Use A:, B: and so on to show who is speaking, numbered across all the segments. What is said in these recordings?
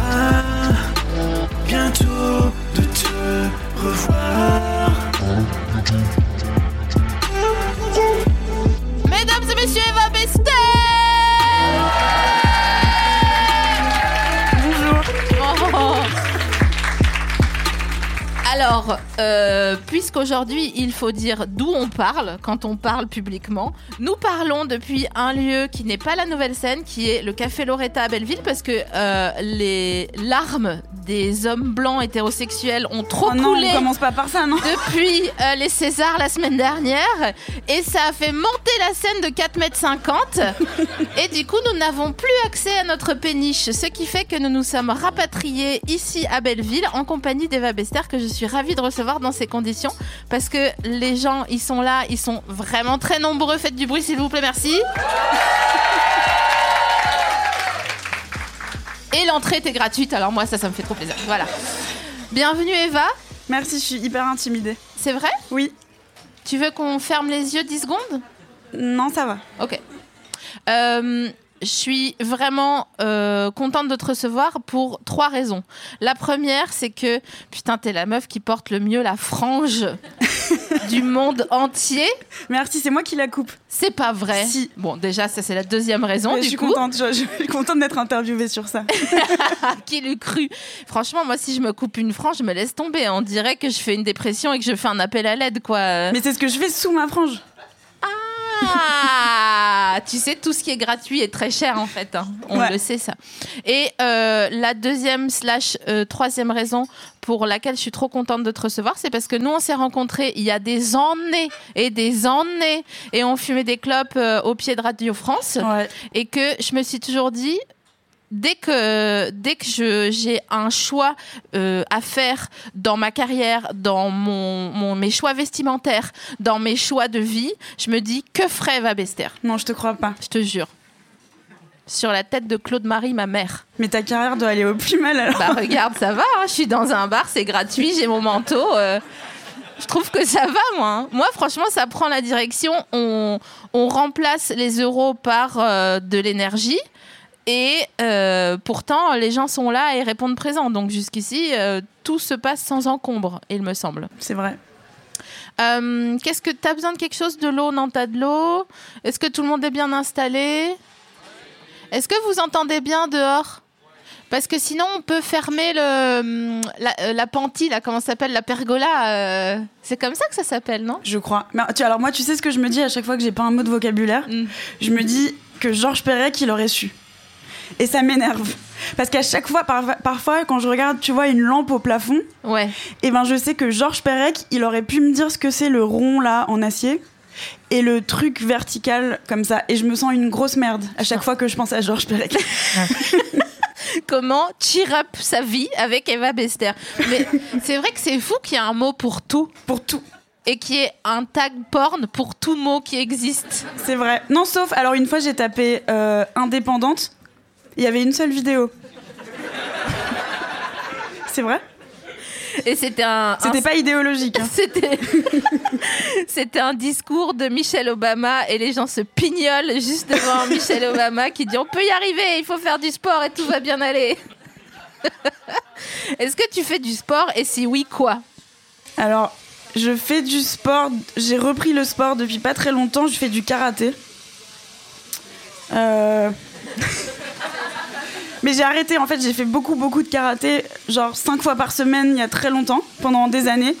A: Ah, bientôt de te revoir.
B: Mesdames et messieurs, Eva Bestel Bonjour Alors, euh, puisqu'aujourd'hui il faut dire d'où on parle quand on parle publiquement, nous parlons depuis un lieu qui n'est pas la Nouvelle-Seine, qui est le Café Loretta à Belleville, parce que euh, les larmes des hommes blancs hétérosexuels ont trop
C: Oh non,
B: coulé
C: on commence pas par ça, non
B: depuis euh, les Césars la semaine dernière et ça a fait monter la scène de 4,50 m. Et du coup, nous n'avons plus accès à notre péniche, ce qui fait que nous nous sommes rapatriés ici à Belleville en compagnie d'Eva Bester que je suis ravie de recevoir dans ces conditions parce que les gens, ils sont là, ils sont vraiment très nombreux. Faites du bruit s'il vous plaît, merci. Et l'entrée était gratuite, alors moi ça, ça me fait trop plaisir. Voilà. Bienvenue Eva,
C: Merci, je suis hyper intimidée.
B: c'est vrai
C: Oui.
B: Tu veux qu'on ferme les yeux 10 secondes
C: Non, ça va.
B: Ok. Euh, je suis vraiment euh, contente de te recevoir pour trois raisons. La première, c'est que, putain, t'es la meuf qui porte le mieux la frange du monde entier.
C: Merci, c'est moi qui la coupe.
B: C'est pas vrai.
C: Si.
B: Bon, déjà, ça, c'est la deuxième raison,
C: Mais
B: du
C: je suis
B: coup.
C: contente, je, je suis contente d'être interviewée sur ça.
B: Ah, qui l'eût cru Franchement, moi, si je me coupe une frange, je me laisse tomber. On dirait que je fais une dépression et que je fais un appel à l'aide, quoi.
C: Mais c'est ce que je fais sous ma frange.
B: Ah Tu sais, tout ce qui est gratuit est très cher en fait. hein. On
C: Ouais.
B: le sait ça. Et euh, la deuxième slash euh, troisième raison pour laquelle je suis trop contente de te recevoir, c'est parce que nous on s'est rencontrés il y a des années et des années et on fumait des clopes euh, au pied de Radio France
C: Ouais.
B: et que je me suis toujours dit dès que dès que je- j'ai un choix euh, à faire dans ma carrière, dans mon, mon- mes choix vestimentaires, dans mes choix de vie, je me dis que ferait Eva Bester
C: Non, je te crois pas.
B: Je te jure. Sur la tête de Claude Marie, ma mère.
C: Mais ta carrière doit aller au plus mal alors.
B: Bah regarde, ça va, hein, je suis dans un bar, c'est gratuit, j'ai mon manteau. euh, je trouve que ça va, moi. hein. Moi, franchement, ça prend la direction. On, on remplace les euros par euh, de l'énergie. Et euh, pourtant, les gens sont là et répondent présent. Donc jusqu'ici, euh, tout se passe sans encombre, il me semble.
C: C'est vrai.
B: Euh, Qu'est-ce que t'as besoin de quelque chose De l'eau Non, t'as de l'eau. Est-ce que tout le monde est bien installé Est-ce que vous entendez bien dehors Parce que sinon, on peut fermer le, hum, la, euh, la panty, là, comment ça s'appelle La pergola. euh, C'est comme ça que ça s'appelle, non
C: Je crois. Mais tu- alors moi, tu sais ce que je me dis à chaque fois que j'ai pas un mot de vocabulaire
B: Mm.
C: Je me dis que Georges Perec, il aurait su. Et ça m'énerve. Parce qu'à chaque fois, par- parfois, quand je regarde, tu vois, une lampe au plafond,
B: Ouais.
C: Et ben je sais que Georges Perec, il aurait pu me dire ce que c'est le rond là en acier et le truc vertical comme ça. Et je me sens une grosse merde à chaque fois que je pense à Georges Perec.
B: Comment cheer up sa vie avec Eva Bester Mais c'est vrai que c'est fou qu'il y a un mot pour tout.
C: Pour tout.
B: Et qu'il y ait un tag porn pour tout mot qui existe.
C: C'est vrai. Non, sauf, alors une fois j'ai tapé euh, indépendante, il y avait une seule vidéo. C'est vrai
B: Et c'était un. un
C: C'était pas idéologique. hein.
B: C'était c'était un discours de Michelle Obama et les gens se pignolent juste devant Michelle Obama qui dit on peut y arriver, il faut faire du sport et tout va bien aller. Est-ce que tu fais du sport et si oui quoi
C: Alors, je fais du sport, j'ai repris le sport depuis pas très longtemps, je fais du karaté. Euh, Mais j'ai arrêté, en fait, j'ai fait beaucoup, beaucoup de karaté, genre 5 fois par semaine, il y a très longtemps, pendant des années.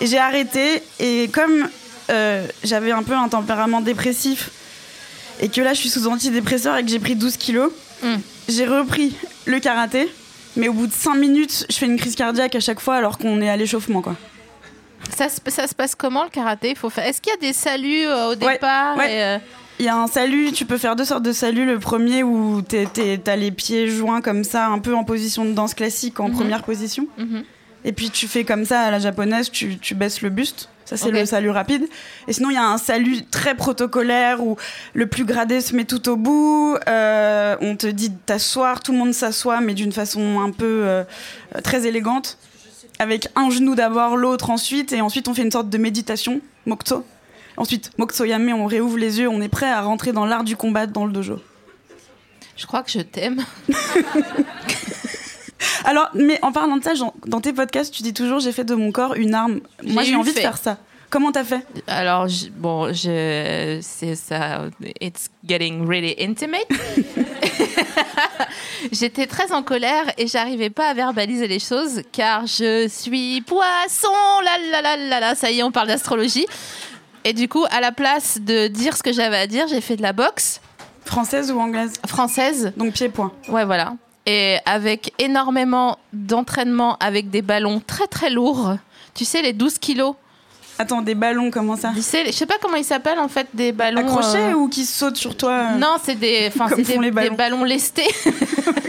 C: Et j'ai arrêté, et comme euh, j'avais un peu un tempérament dépressif, et que là, je suis sous antidépresseur et que j'ai pris 12 kilos,
B: Mm.
C: j'ai repris le karaté. Mais au bout de 5 minutes, je fais une crise cardiaque à chaque fois alors qu'on est à l'échauffement, quoi.
B: Ça, se- ça se passe comment le karaté Il faut faire... Est-ce qu'il y a des saluts euh, au
C: Ouais,
B: départ
C: ouais.
B: et, euh,
C: Il y a un salut, tu peux faire deux sortes de saluts. Le premier où t'es- t'es- t'as les pieds joints comme ça, un peu en position de danse classique, en
B: Mhm.
C: première position.
B: mhm.
C: Et puis tu fais comme ça à la japonaise, tu, tu baisses le buste. Ça, c'est
B: Ok.
C: le salut rapide. Et sinon, il y a un salut très protocolaire où le plus gradé se met tout au bout. euh, on te dit de t'asseoir, tout le monde s'assoit, mais d'une façon un peu euh, très élégante. Avec un genou d'abord, l'autre ensuite. Et ensuite, on fait une sorte de méditation, mokto. Ensuite, moksoyame, on réouvre les yeux, on est prêt à rentrer dans l'art du combat dans le dojo.
B: Je crois que je t'aime.
C: Alors, mais en parlant de ça, Jean, dans tes podcasts, tu dis toujours j'ai fait de mon corps une arme. Moi,
B: J'ai
C: j'ai
B: eu
C: envie
B: fait.
C: de faire ça. Comment t'as fait
B: Alors, je- bon, je, c'est ça. It's getting really intimate. J'étais très en colère et j'arrivais pas à verbaliser les choses car je suis poisson. La la la la la. Ça y est, on parle d'astrologie. Et du coup, à la place de dire ce que j'avais à dire, j'ai fait de la boxe
C: Française ou anglaise
B: française.
C: Donc pied-point.
B: Ouais, voilà. Et avec énormément d'entraînement avec des ballons très très lourds. Tu sais, les 12 kilos.
C: Attends, des ballons, comment ça
B: Tu sais, les- je sais pas comment ils s'appellent en fait, des ballons.
C: Accrochés
B: euh,
C: ou qui sautent sur toi euh
B: Non, c'est des, enfin,
C: Comme
B: c'est des,
C: font les
B: des
C: ballons.
B: ballons. lestés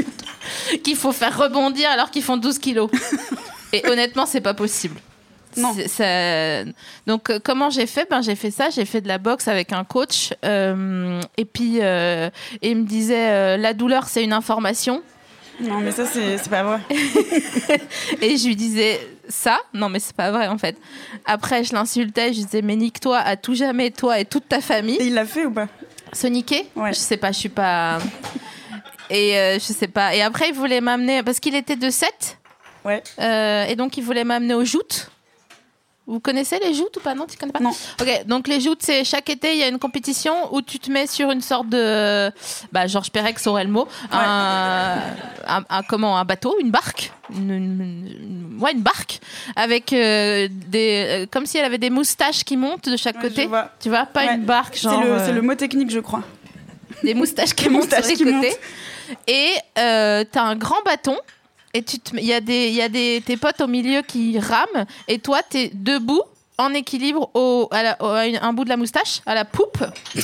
B: qu'il faut faire rebondir alors qu'ils font 12 kilos. Et honnêtement, c'est pas possible.
C: Non.
B: C'est- ça- Donc, euh, comment j'ai fait ben, J'ai fait ça, j'ai fait de la boxe avec un coach. euh, et puis, euh, et il me disait euh, la douleur, c'est une information.
C: Non, mais ça, c'est c'est pas vrai.
B: Et je lui disais ça. Non, mais c'est pas vrai en fait. Après, je l'insultais. Je lui disais mais nique-toi à tout jamais, toi et toute ta famille.
C: Et il l'a fait ou pas
B: Se niquer
C: Ouais.
B: Je sais pas. Je suis pas. Et euh, je sais pas. Et après, il voulait m'amener parce qu'il était de 7
C: Ouais.
B: euh, et donc il voulait m'amener aux joutes. Vous connaissez les joutes ou pas Non, tu connais pas.
C: Non.
B: Ok. Donc les joutes, c'est chaque été, il y a une compétition où tu te mets sur une sorte de, bah, Georges Perec aurait le mot, un, un- un- comment, un bateau, une barque, une, une- une- ouais, une barque avec euh, des, euh, comme si elle avait des moustaches qui montent de chaque
C: Ouais,
B: côté.
C: je vois.
B: Tu vois, pas
C: Ouais.
B: une barque,
C: C'est
B: genre
C: le,
B: euh,
C: c'est le mot technique, je crois.
B: des moustaches qui
C: Des
B: montent
C: moustaches
B: sur les
C: qui
B: côtés.
C: montent.
B: Et euh, t'as un grand bâton. Et tu te mets- il y a des, il y a des, tes potes au milieu qui rament. Et toi, t'es debout en équilibre au, à, la- au- à une- un bout de la moustache, à la poupe.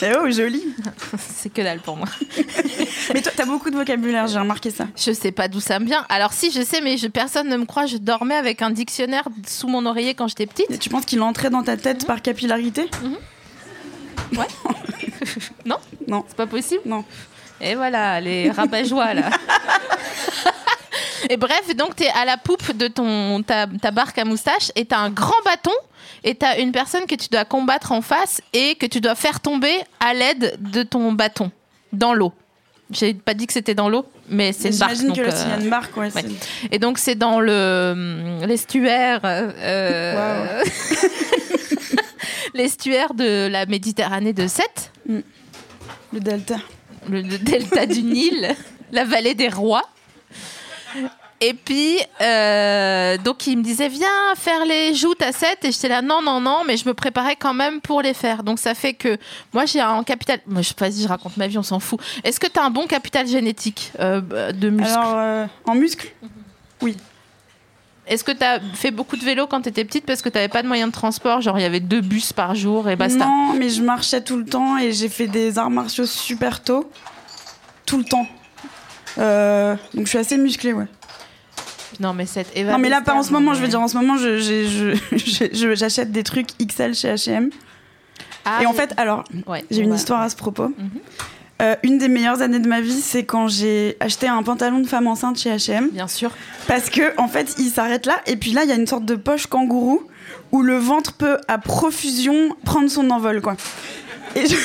C: Eh oh, joli
B: C'est que dalle pour moi.
C: Mais toi, t'as beaucoup de vocabulaire, j'ai remarqué ça.
B: Je sais pas d'où ça me vient. Alors si, je sais, mais je, personne ne me croit. Je dormais avec un dictionnaire sous mon oreiller quand j'étais petite.
C: Et tu penses qu'il entrait dans ta tête par capillarité
B: Non
C: Non.
B: C'est pas possible
C: Non.
B: Et voilà, les rabat-joie là. et bref, donc t'es à la poupe de ton, ta, ta barque à moustache et t'as un grand bâton et t'as une personne que tu dois combattre en face et que tu dois faire tomber à l'aide de ton bâton dans l'eau. J'ai pas dit que c'était dans l'eau, mais c'est
C: Mais
B: une barque.
C: J'imagine
B: donc,
C: que là,
B: euh,
C: s'il y a une barque, ouais. c'est-
B: Et donc c'est dans le hum, l'estuaire. euh, l'estuaire de la Méditerranée de Sète
C: Le delta.
B: le, le delta du Nil, la vallée des rois. Et puis, euh, donc il me disait, viens faire les joutes à 7. Et j'étais là, non, non, non, mais je me préparais quand même pour les faire. Donc ça fait que moi, j'ai un capital. Moi, je, vas-y, je raconte ma vie, on s'en fout. Est-ce que tu as un bon capital génétique euh, de muscle
C: Alors, euh, en muscle
B: Est-ce que tu as fait beaucoup de vélo quand tu étais petite parce que tu n'avais pas de moyen de transport Genre, il y avait deux bus par jour et basta.
C: Non, mais je marchais tout le temps et j'ai fait des arts martiaux super tôt. Tout le temps. Euh, donc je suis assez musclée, ouais.
B: Non, mais cette Eva
C: Non mais là
B: Bester,
C: pas en ce moment, je veux
B: mais-
C: dire en ce moment je- j'ai- je- je- je- j'achète des trucs XL chez H&M.
B: Ah,
C: et en fait alors
B: ouais,
C: j'ai une
B: ouais.
C: histoire à ce propos.
B: Mhm.
C: Euh, une des meilleures années de ma vie c'est quand j'ai acheté un pantalon de femme enceinte chez H&M
B: Bien sûr.
C: parce que en fait il s'arrête là et puis là il y a une sorte de poche kangourou où le ventre peut à profusion prendre son envol quoi. Et je,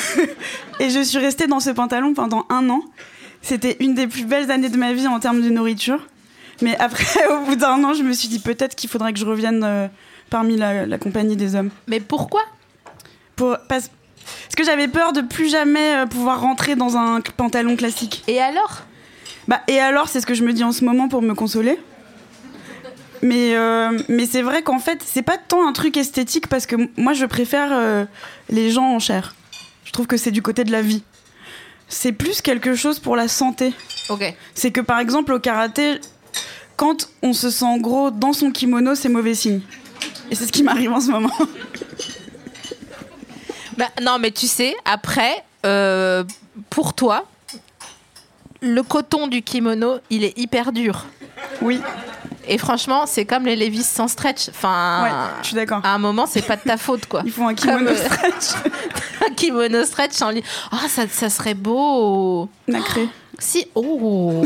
C: et je suis restée dans ce pantalon pendant un an. C'était une des plus belles années de ma vie en termes de nourriture. Mais après, au bout d'un an, je me suis dit peut-être qu'il faudrait que je revienne euh, parmi la, la compagnie des hommes.
B: Mais pourquoi
C: Pour, parce, parce que j'avais peur de plus jamais euh, pouvoir rentrer dans un cl- pantalon classique.
B: Et alors
C: Bah, et alors, c'est ce que je me dis en ce moment pour me consoler. Mais, euh, mais c'est vrai qu'en fait, c'est pas tant un truc esthétique parce que m- moi, je préfère euh, les gens en chair. Je trouve que c'est du côté de la vie. C'est plus quelque chose pour la santé.
B: Ok.
C: C'est que par exemple au karaté, quand on se sent gros dans son kimono, c'est mauvais signe. Et c'est ce qui m'arrive en ce moment.
B: Bah, non, mais tu sais, après, euh, pour toi, le coton du kimono, il est hyper dur.
C: Oui,
B: Et franchement, c'est comme les Levis sans stretch. Enfin,
C: ouais, je suis d'accord.
B: à un moment, c'est pas de ta faute, quoi.
C: Il faut un kimono
B: Comme-
C: stretch
B: Un kimono stretch en lit. Ah, ça, ça serait beau.
C: nacré.
B: Si. Oh.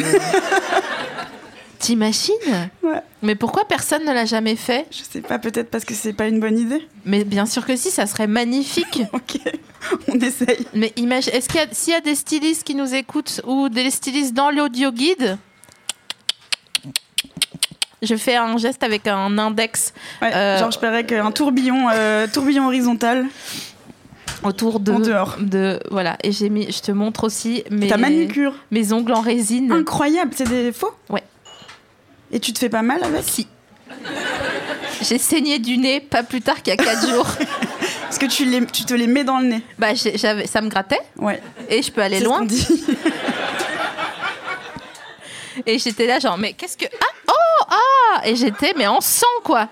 B: T'imagines
C: Ouais,
B: Mais pourquoi personne ne l'a jamais fait
C: je sais pas, peut-être parce que c'est pas une bonne idée.
B: Mais bien sûr que si, ça serait magnifique.
C: Ok, on essaye.
B: Mais imagine, est-ce qu'il y a, s'il y a des stylistes qui nous écoutent ou des stylistes dans l'audio guide Je fais un geste avec un index
C: Ouais,
B: Euh,
C: Genre, je paierais qu'un tourbillon, euh, tourbillon horizontal
B: autour de.
C: en dehors.
B: de voilà et j'ai mis je te montre aussi mes
C: Ta manucure,
B: mes ongles en résine
C: incroyable, c'est des faux
B: Ouais.
C: Et tu te fais pas mal avec
B: si j'ai saigné du nez pas plus tard qu'il y a 4 jours
C: Parce que tu, les, tu te les mets dans le nez.
B: bah j'ai- j'avais ça me grattait
C: Ouais.
B: et je peux aller
C: C'est ce qu'on
B: loin
C: dit.
B: et j'étais là genre mais qu'est-ce que ah oh ah et j'étais mais en sang quoi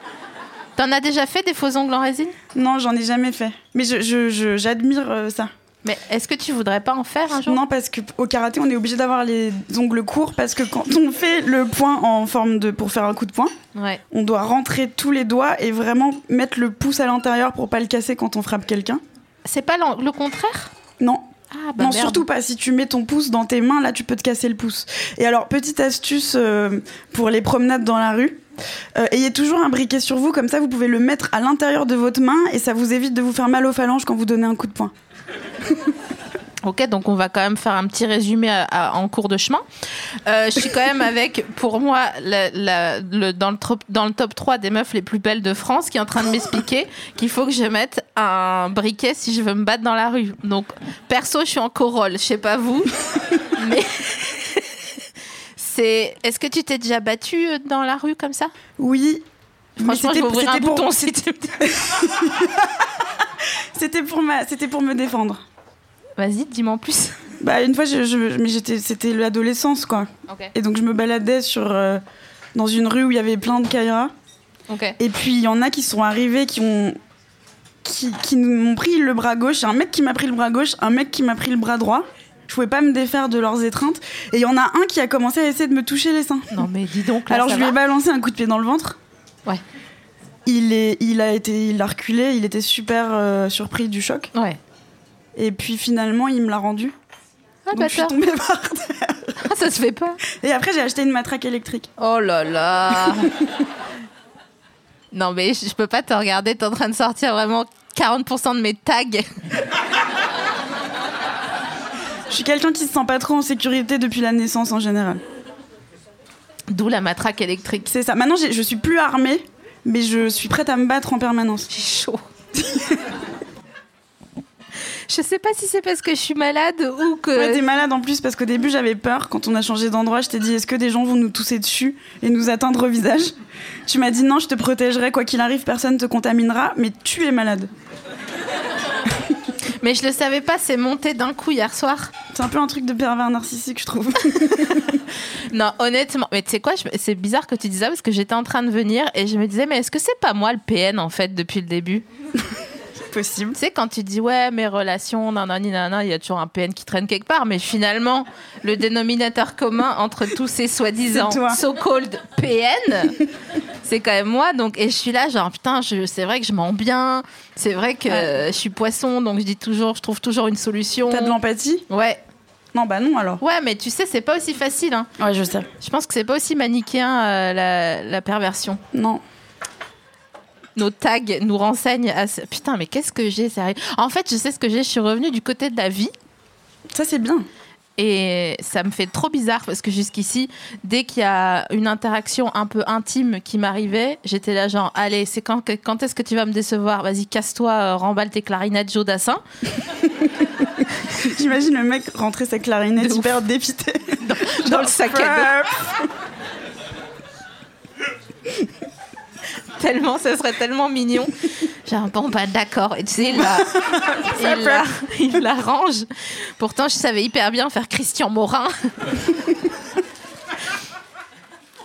B: t'en as déjà fait des faux ongles en résine
C: Non, j'en ai jamais fait. Mais je- je- je- j'admire euh, ça.
B: mais est-ce que tu voudrais pas en faire un jour
C: Non, parce que au karaté, on est obligé d'avoir les ongles courts parce que quand on fait le point en forme de pour faire un coup de poing,
B: ouais
C: on doit rentrer tous les doigts et vraiment mettre le pouce à l'intérieur pour pas le casser quand on frappe quelqu'un.
B: c'est pas l'en- le contraire
C: Non,
B: ah bah
C: non,
B: merde.
C: surtout pas. Si tu mets ton pouce dans tes mains, là, tu peux te casser le pouce. Et alors, petite astuce euh, pour les promenades dans la rue. euh, ayez toujours un briquet sur vous, comme ça vous pouvez le mettre à l'intérieur de votre main et ça vous évite de vous faire mal aux phalanges quand vous donnez un coup de poing.
B: Ok, donc on va quand même faire un petit résumé à- à- en cours de chemin. Euh, je suis quand même avec, pour moi, la- la- le- dans, le trop- dans le top 3 des meufs les plus belles de France qui est en train de m'expliquer qu'il faut que je mette un briquet si je veux me battre dans la rue. Donc, perso, je suis en corolle, je sais pas vous. mais c'est. Est-ce que tu t'es déjà battue euh, dans la rue comme ça
C: Oui. mais
B: Franchement, je
C: c'était-
B: vais ouvrir un
C: c'était pour-
B: bouton si tu me dis-
C: C'était pour, ma- c'était pour me défendre.
B: Vas-y, dis-moi en plus.
C: Bah, une fois, je, je- mais j'étais, c'était l'adolescence, quoi.
B: Ok.
C: Et donc, je me baladais sur, euh, dans une rue où il y avait plein de kairas.
B: Ok.
C: Et puis, il y en a qui sont arrivés, qui ont. Qui, qui m'ont pris le bras gauche. Il y a un mec qui m'a pris le bras gauche, un mec qui m'a pris le bras droit. Je pouvais pas me défaire de leurs étreintes. Et il y en a un qui a commencé à essayer de me toucher les seins.
B: Non, mais dis donc. Là,
C: Alors,
B: Ah, ça
C: je lui
B: va
C: ai balancé un coup de pied dans le ventre.
B: Ouais.
C: Il, est, il, a été, il a reculé, il était super euh, surpris du choc.
B: Ouais.
C: Et puis finalement, il me l'a rendu.
B: Ah,
C: donc je suis
B: bâtard.
C: tombée par terre.
B: ça se fait pas.
C: Et après, j'ai acheté une matraque électrique.
B: Oh là là Non mais je je peux pas te regarder, t'es en train de sortir vraiment 40% de mes tags.
C: Je suis quelqu'un qui se sent pas trop en sécurité depuis la naissance en général.
B: D'où la matraque électrique.
C: C'est ça. Maintenant, j'ai- je suis plus armée, mais je suis prête à me battre en permanence.
B: J'ai chaud. je sais pas si c'est parce que je suis malade ou que...
C: Ouais, t'es malade en plus parce qu'au début j'avais peur. Quand on a changé d'endroit, je t'ai dit est-ce que des gens vont nous tousser dessus et nous atteindre au visage Tu m'as dit non, je te protégerai, quoi qu'il arrive, personne te contaminera, mais tu es malade.
B: mais je le savais pas, c'est monté d'un coup hier soir.
C: C'est un peu un truc de pervers narcissique, je trouve.
B: Non, honnêtement, mais tu sais quoi, je- c'est bizarre que tu dises ça parce que j'étais en train de venir et je me disais mais est-ce que c'est pas moi le PN en fait depuis le début
C: Possible.
B: Tu sais, quand tu dis ouais, mes relations, nanani, nanana, il y a toujours un PN qui traîne quelque part, mais finalement, le dénominateur commun entre tous ces soi-disant
C: C'est toi.
B: so-called PN, c'est quand même moi. Donc, et je suis là, genre, putain, je- c'est vrai que je mens bien, c'est vrai que euh, je suis poisson, donc je dis toujours, je trouve toujours une solution.
C: T'as de l'empathie
B: Ouais.
C: Non, bah non alors.
B: Ouais, mais tu sais, c'est pas aussi facile. hein.
C: Ouais, je sais.
B: Je pense que c'est pas aussi manichéen euh, la, la perversion.
C: Non.
B: Nos tags nous renseignent à ce- Putain, mais qu'est-ce que j'ai sérieux En fait, je sais ce que j'ai. Je suis revenue du côté de la vie.
C: Ça, c'est bien.
B: Et ça me fait trop bizarre parce que jusqu'ici, dès qu'il y a une interaction un peu intime qui m'arrivait, j'étais là genre, allez, c'est quand, quand est-ce que tu vas me décevoir Vas-y, casse-toi, euh, remballe tes clarinettes, Joe Dassin.
C: J'imagine le mec rentrer sa clarinette
B: De ouf.
C: hyper dépité.
B: Dans le sac à dos. Tellement, ça serait tellement mignon. Genre, bon, bah d'accord. Et tu sais, il la, il, la, il la range. Pourtant, je savais hyper bien faire Christian Morin.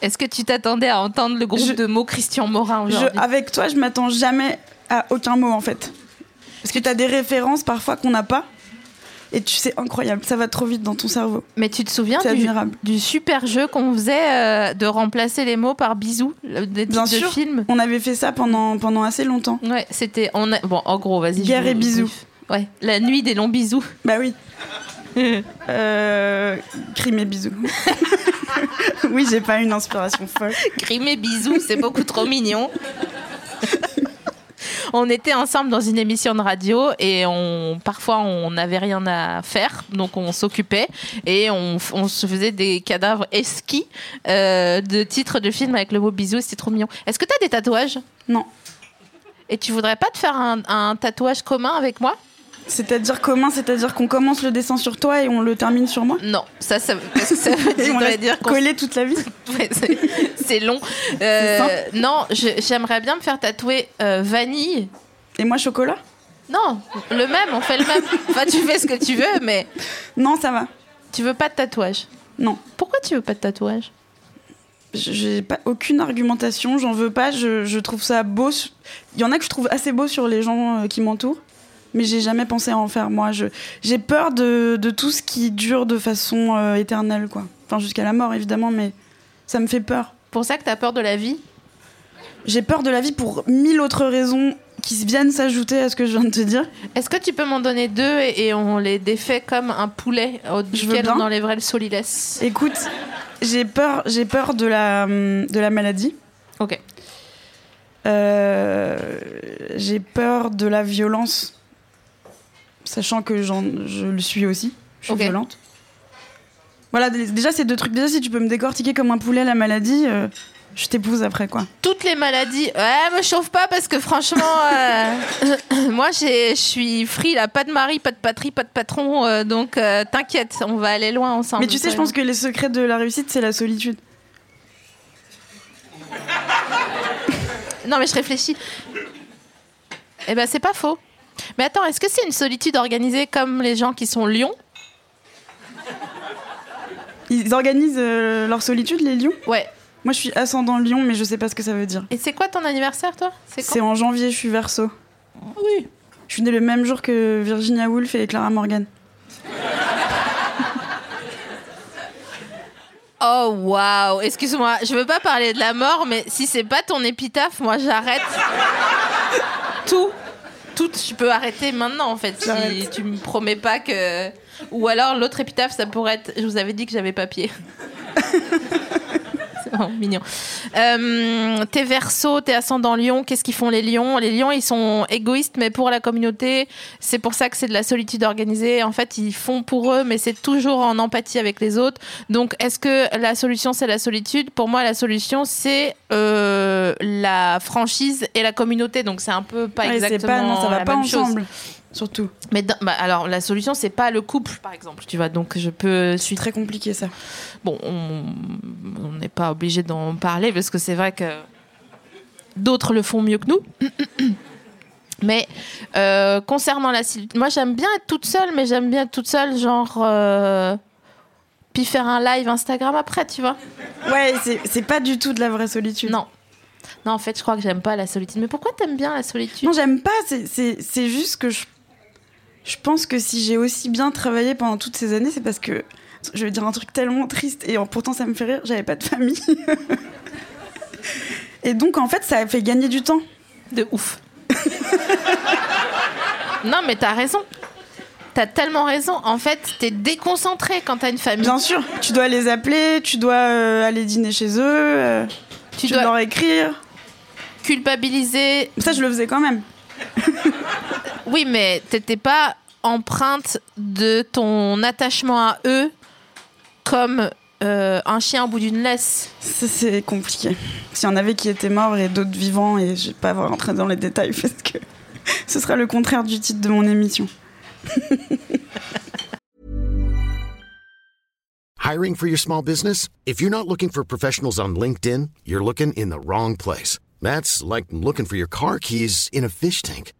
B: Est-ce que tu t'attendais à entendre le groupe
C: Je-
B: de mots Christian Morin
C: Je-
B: aujourd'hui
C: avec toi, je m'attends jamais à aucun mot en fait. Parce que tu as des références parfois qu'on n'a pas. Et tu sais, incroyable, ça va trop vite dans ton cerveau.
B: Ah, Mais tu te souviens
C: C'est
B: du,
C: admirable.
B: du super jeu qu'on faisait euh, de remplacer les mots par bisous le- des
C: Bien
B: titres de
C: sûr.
B: films
C: On avait fait ça pendant, pendant assez longtemps.
B: Ouais, c'était. On a- Bon, en gros, vas-y. je
C: Guerre
B: vous-
C: et bisous.
B: Ouais, la nuit des longs bisous.
C: Bah oui. Euh, crime et bisous. oui, j'ai pas une inspiration folle.
B: Crime et bisous, c'est beaucoup trop mignon. On était ensemble dans une émission de radio et on, parfois on n'avait rien à faire, donc on s'occupait et on, f- on se faisait des cadavres esquis euh, de titres de films avec le mot bisous, c'était trop mignon. Est-ce que tu as des tatouages
C: Non.
B: Et tu voudrais pas te faire un, un tatouage commun avec moi
C: C'est-à-dire commun, c'est-à-dire qu'on commence le dessin sur toi et on le termine sur moi.
B: Non, ça, ça, parce que ça
C: Et on
B: voudrait
C: reste
B: dire qu'on
C: collé toute la vie.
B: Ouais, c'est- c'est long. Euh,
C: C'est simple.
B: non, je- j'aimerais bien me faire tatouer euh, vanille.
C: Et moi, chocolat
B: Non, le même, on fait le même. Enfin, tu fais ce que tu veux, mais
C: Non, ça va.
B: tu veux pas de tatouage.
C: Non.
B: Pourquoi tu veux pas de tatouage
C: Je- J'ai pas aucune argumentation, j'en veux pas, je, je trouve ça beau. Il y en a que je trouve assez beau sur les gens euh, qui m'entourent, mais j'ai jamais pensé à en faire moi. Je- J'ai peur de, de tout ce qui dure de façon euh, éternelle, quoi. Enfin, jusqu'à la mort, évidemment, mais ça me fait peur.
B: Pour ça que t'as peur de la vie
C: J'ai peur de la vie pour mille autres raisons qui s- viennent s'ajouter à ce que je viens de te dire.
B: Est-ce que tu peux m'en donner deux et, et on les défait comme un poulet au- duquel
C: bien.
B: on enlèverait le solilès
C: Écoute, j'ai peur, j'ai peur de la, hum, de la maladie.
B: Ok.
C: Euh, j'ai peur de la violence, sachant que j'en- je le suis aussi. Je suis
B: Ok.
C: violente. Voilà, dé- déjà ces deux trucs. Déjà, si tu peux me décortiquer comme un poulet la maladie, euh, je t'épouse après quoi.
B: Toutes les maladies. Ouais, me chauffe pas parce que franchement, euh, moi j'ai- je suis free là. Pas de mari, pas de patrie, pas de patron. euh, donc euh, t'inquiète, on va aller loin ensemble.
C: Mais tu sais, je pense que les secrets de la réussite, c'est la solitude.
B: Non, mais je réfléchis. Eh ben, c'est pas faux. Mais attends, est-ce que c'est une solitude organisée comme les gens qui sont lions
C: Ils organisent euh, leur solitude, les lions.
B: Ouais.
C: Moi, je suis ascendant lion, mais je sais pas ce que ça veut dire.
B: Et c'est quoi ton anniversaire, toi C'est
C: C'est
B: quand Ah
C: en janvier, je suis verso.
B: Oui.
C: Je suis née le même jour que Virginia Woolf et Clara Morgan.
B: Oh, waouh Excuse-moi, je veux pas parler de la mort, mais si c'est pas ton épitaphe, moi, j'arrête. Tout. Tout, je peux arrêter maintenant, en fait, si
C: J'arrête.
B: tu me promets pas que... Ou alors, l'autre épitaphe, ça pourrait être... Je vous avais dit que j'avais papier. c'est vraiment Oh, mignon. Euh, t'es verso, t'es ascendant lion, qu'est-ce qu'ils font les lions Les lions, ils sont égoïstes, mais pour la communauté, c'est pour ça que c'est de la solitude organisée. En fait, ils font pour eux, mais c'est toujours en empathie avec les autres. Donc, est-ce que la solution, c'est la solitude Pour moi, la solution, c'est euh, la franchise et la communauté. Donc, c'est un peu pas
C: Ouais, c'est
B: exactement
C: pas, non, ça va
B: la
C: pas
B: même chose.
C: ensemble. Surtout,
B: Mais dans- bah, alors, la solution, c'est pas le couple, par exemple. Tu vois, donc je peux
C: c'est
B: suivre.
C: très compliqué ça.
B: Bon, on on n'est pas obligé d'en parler parce que c'est vrai que d'autres le font mieux que nous. Mais euh, concernant la sil- moi j'aime bien être toute seule, mais j'aime bien être toute seule, genre. euh, puis faire un live Instagram après, tu vois.
C: Ouais, c'est- c'est pas du tout de la vraie solitude.
B: Non. Non, en fait, je crois que j'aime pas la solitude. Mais pourquoi t'aimes bien la solitude
C: Non, j'aime pas. c'est- C'est c'est juste que je, je pense que si j'ai aussi bien travaillé pendant toutes ces années, c'est parce que je vais dire un truc tellement triste et en- pourtant ça me fait rire. J'avais pas de famille. et donc en fait, ça a fait gagner du temps.
B: De ouf. non, mais t'as raison. T'as tellement raison. En fait, t'es déconcentré quand t'as une famille.
C: Bien sûr, tu dois les appeler, tu dois euh, aller dîner chez eux, euh, tu
B: tu dois
C: dois leur écrire.
B: culpabiliser.
C: Ça, je le faisais quand même.
B: Oui, mais t'étais pas empreinte de ton attachement à eux comme euh, un chien au bout d'une laisse.
C: Ça, c'est compliqué. S'il y en avait qui étaient morts et d'autres vivants, et je vais pas rentrer dans les détails parce que ce sera le contraire du titre de mon émission.
D: Hiring for your small business? If you're not looking for professionals on LinkedIn, you're looking in the wrong place. That's like looking for your car keys in a fish tank.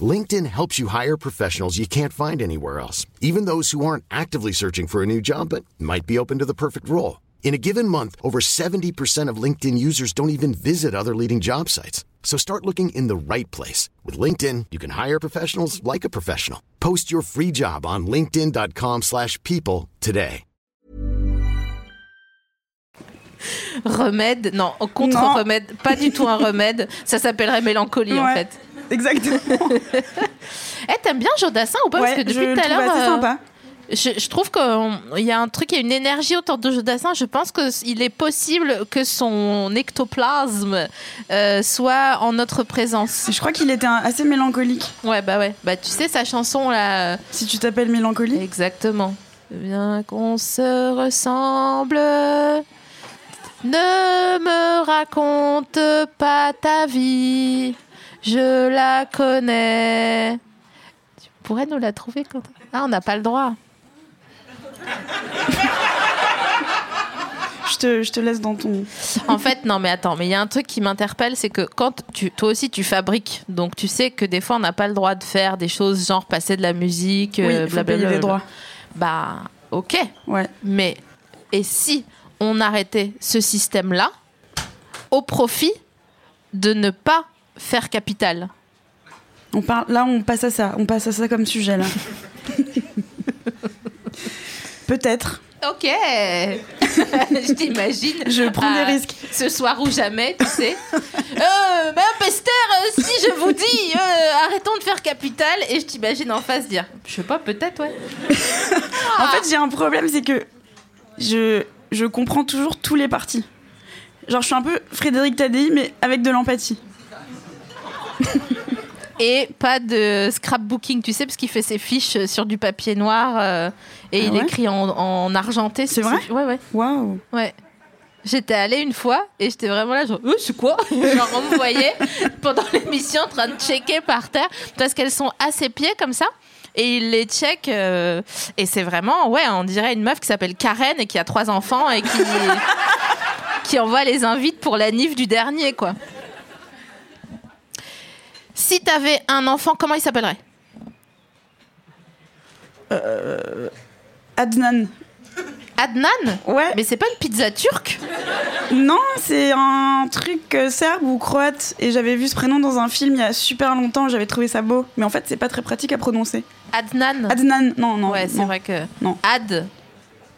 D: LinkedIn helps you hire professionals you can't find anywhere else, even those who aren't actively searching for a new job but might be open to the perfect role. In a given month, over 70% of LinkedIn users don't even visit other leading job sites. So start looking in the right place. With LinkedIn, you can hire professionals like a professional. Post your free job on linkedin.com/people slash people today.
B: Remède, non, contre-remède, pas du tout un remède. Ça s'appellerait mélancolie en
C: Ouais,
B: fait.
C: Exactement.
B: Eh, t'aimes bien Jodassin ou pas Parce
C: ouais,
B: que depuis
C: je
B: tout à
C: trouve
B: l'heure.
C: assez
B: euh,
C: sympa.
B: Je, je trouve qu'il y a un truc, il y a une énergie autour de Jodassin. Je pense qu'il est possible que son ectoplasme euh, soit en notre présence.
C: Je crois qu'il était un- assez mélancolique.
B: Ouais, bah ouais. Bah tu sais, sa chanson là. euh,
C: Si tu t'appelles mélancolique.
B: Exactement. Bien qu'on se ressemble, ne me raconte pas ta vie, je la connais. Tu pourrais nous la trouver quand Ah, on n'a pas le droit.
C: Je te, je te laisse dans ton.
B: En fait, non, mais attends, mais il y a un truc qui m'interpelle, c'est que quand tu, toi aussi tu fabriques, donc tu sais que des fois on n'a pas le droit de faire des choses genre passer de la musique,
C: oui,
B: euh,
C: faut payer
B: blablabla.
C: les droits.
B: Bah, ok.
C: Ouais.
B: Mais et si on arrêtait ce système-là au profit de ne pas faire capital
C: On parle, là, on passe à ça. On passe à ça comme sujet, là. Peut-être.
B: Ok Je t'imagine.
C: Je prends des
B: Ah,
C: risques.
B: Ce soir ou jamais, tu sais. euh, ben, Pester, euh, si je vous dis, euh, arrêtons de faire capital, et je t'imagine en face dire, je sais pas, peut-être, ouais. Ah.
C: En fait, j'ai un problème, c'est que je, je comprends toujours tous les partis. Genre, je suis un peu Frédéric Tadei, mais avec de l'empathie.
B: Et pas de scrapbooking, tu sais, parce qu'il fait ses fiches sur du papier noir euh, et
C: Ah
B: il
C: ouais
B: écrit en, en argenté.
C: C'est
B: sur
C: vrai
B: ses- Ouais, ouais,
C: Waouh.
B: ouais. J'étais allée une fois et j'étais vraiment là, genre, Euh, c'est quoi Genre, on me voyait pendant l'émission en train de checker par terre parce qu'elles sont à ses pieds comme ça. Et il les check. euh, et c'est vraiment, ouais, on dirait une meuf qui s'appelle Karen et qui a trois enfants et qui, qui envoie les invites pour la nif du dernier, quoi. Si t'avais un enfant, comment il s'appellerait
C: Adnan.
B: Adnan
C: Ouais.
B: Mais c'est pas une pizza turque
C: Non, c'est un truc euh, serbe ou croate. Et j'avais vu ce prénom dans un film il y a super longtemps. J'avais trouvé ça beau. Mais en fait, c'est pas très pratique à prononcer.
B: Adnan
C: Adnan. Non, non.
B: Ouais, c'est
C: non.
B: vrai que.
C: Non.
B: Ad.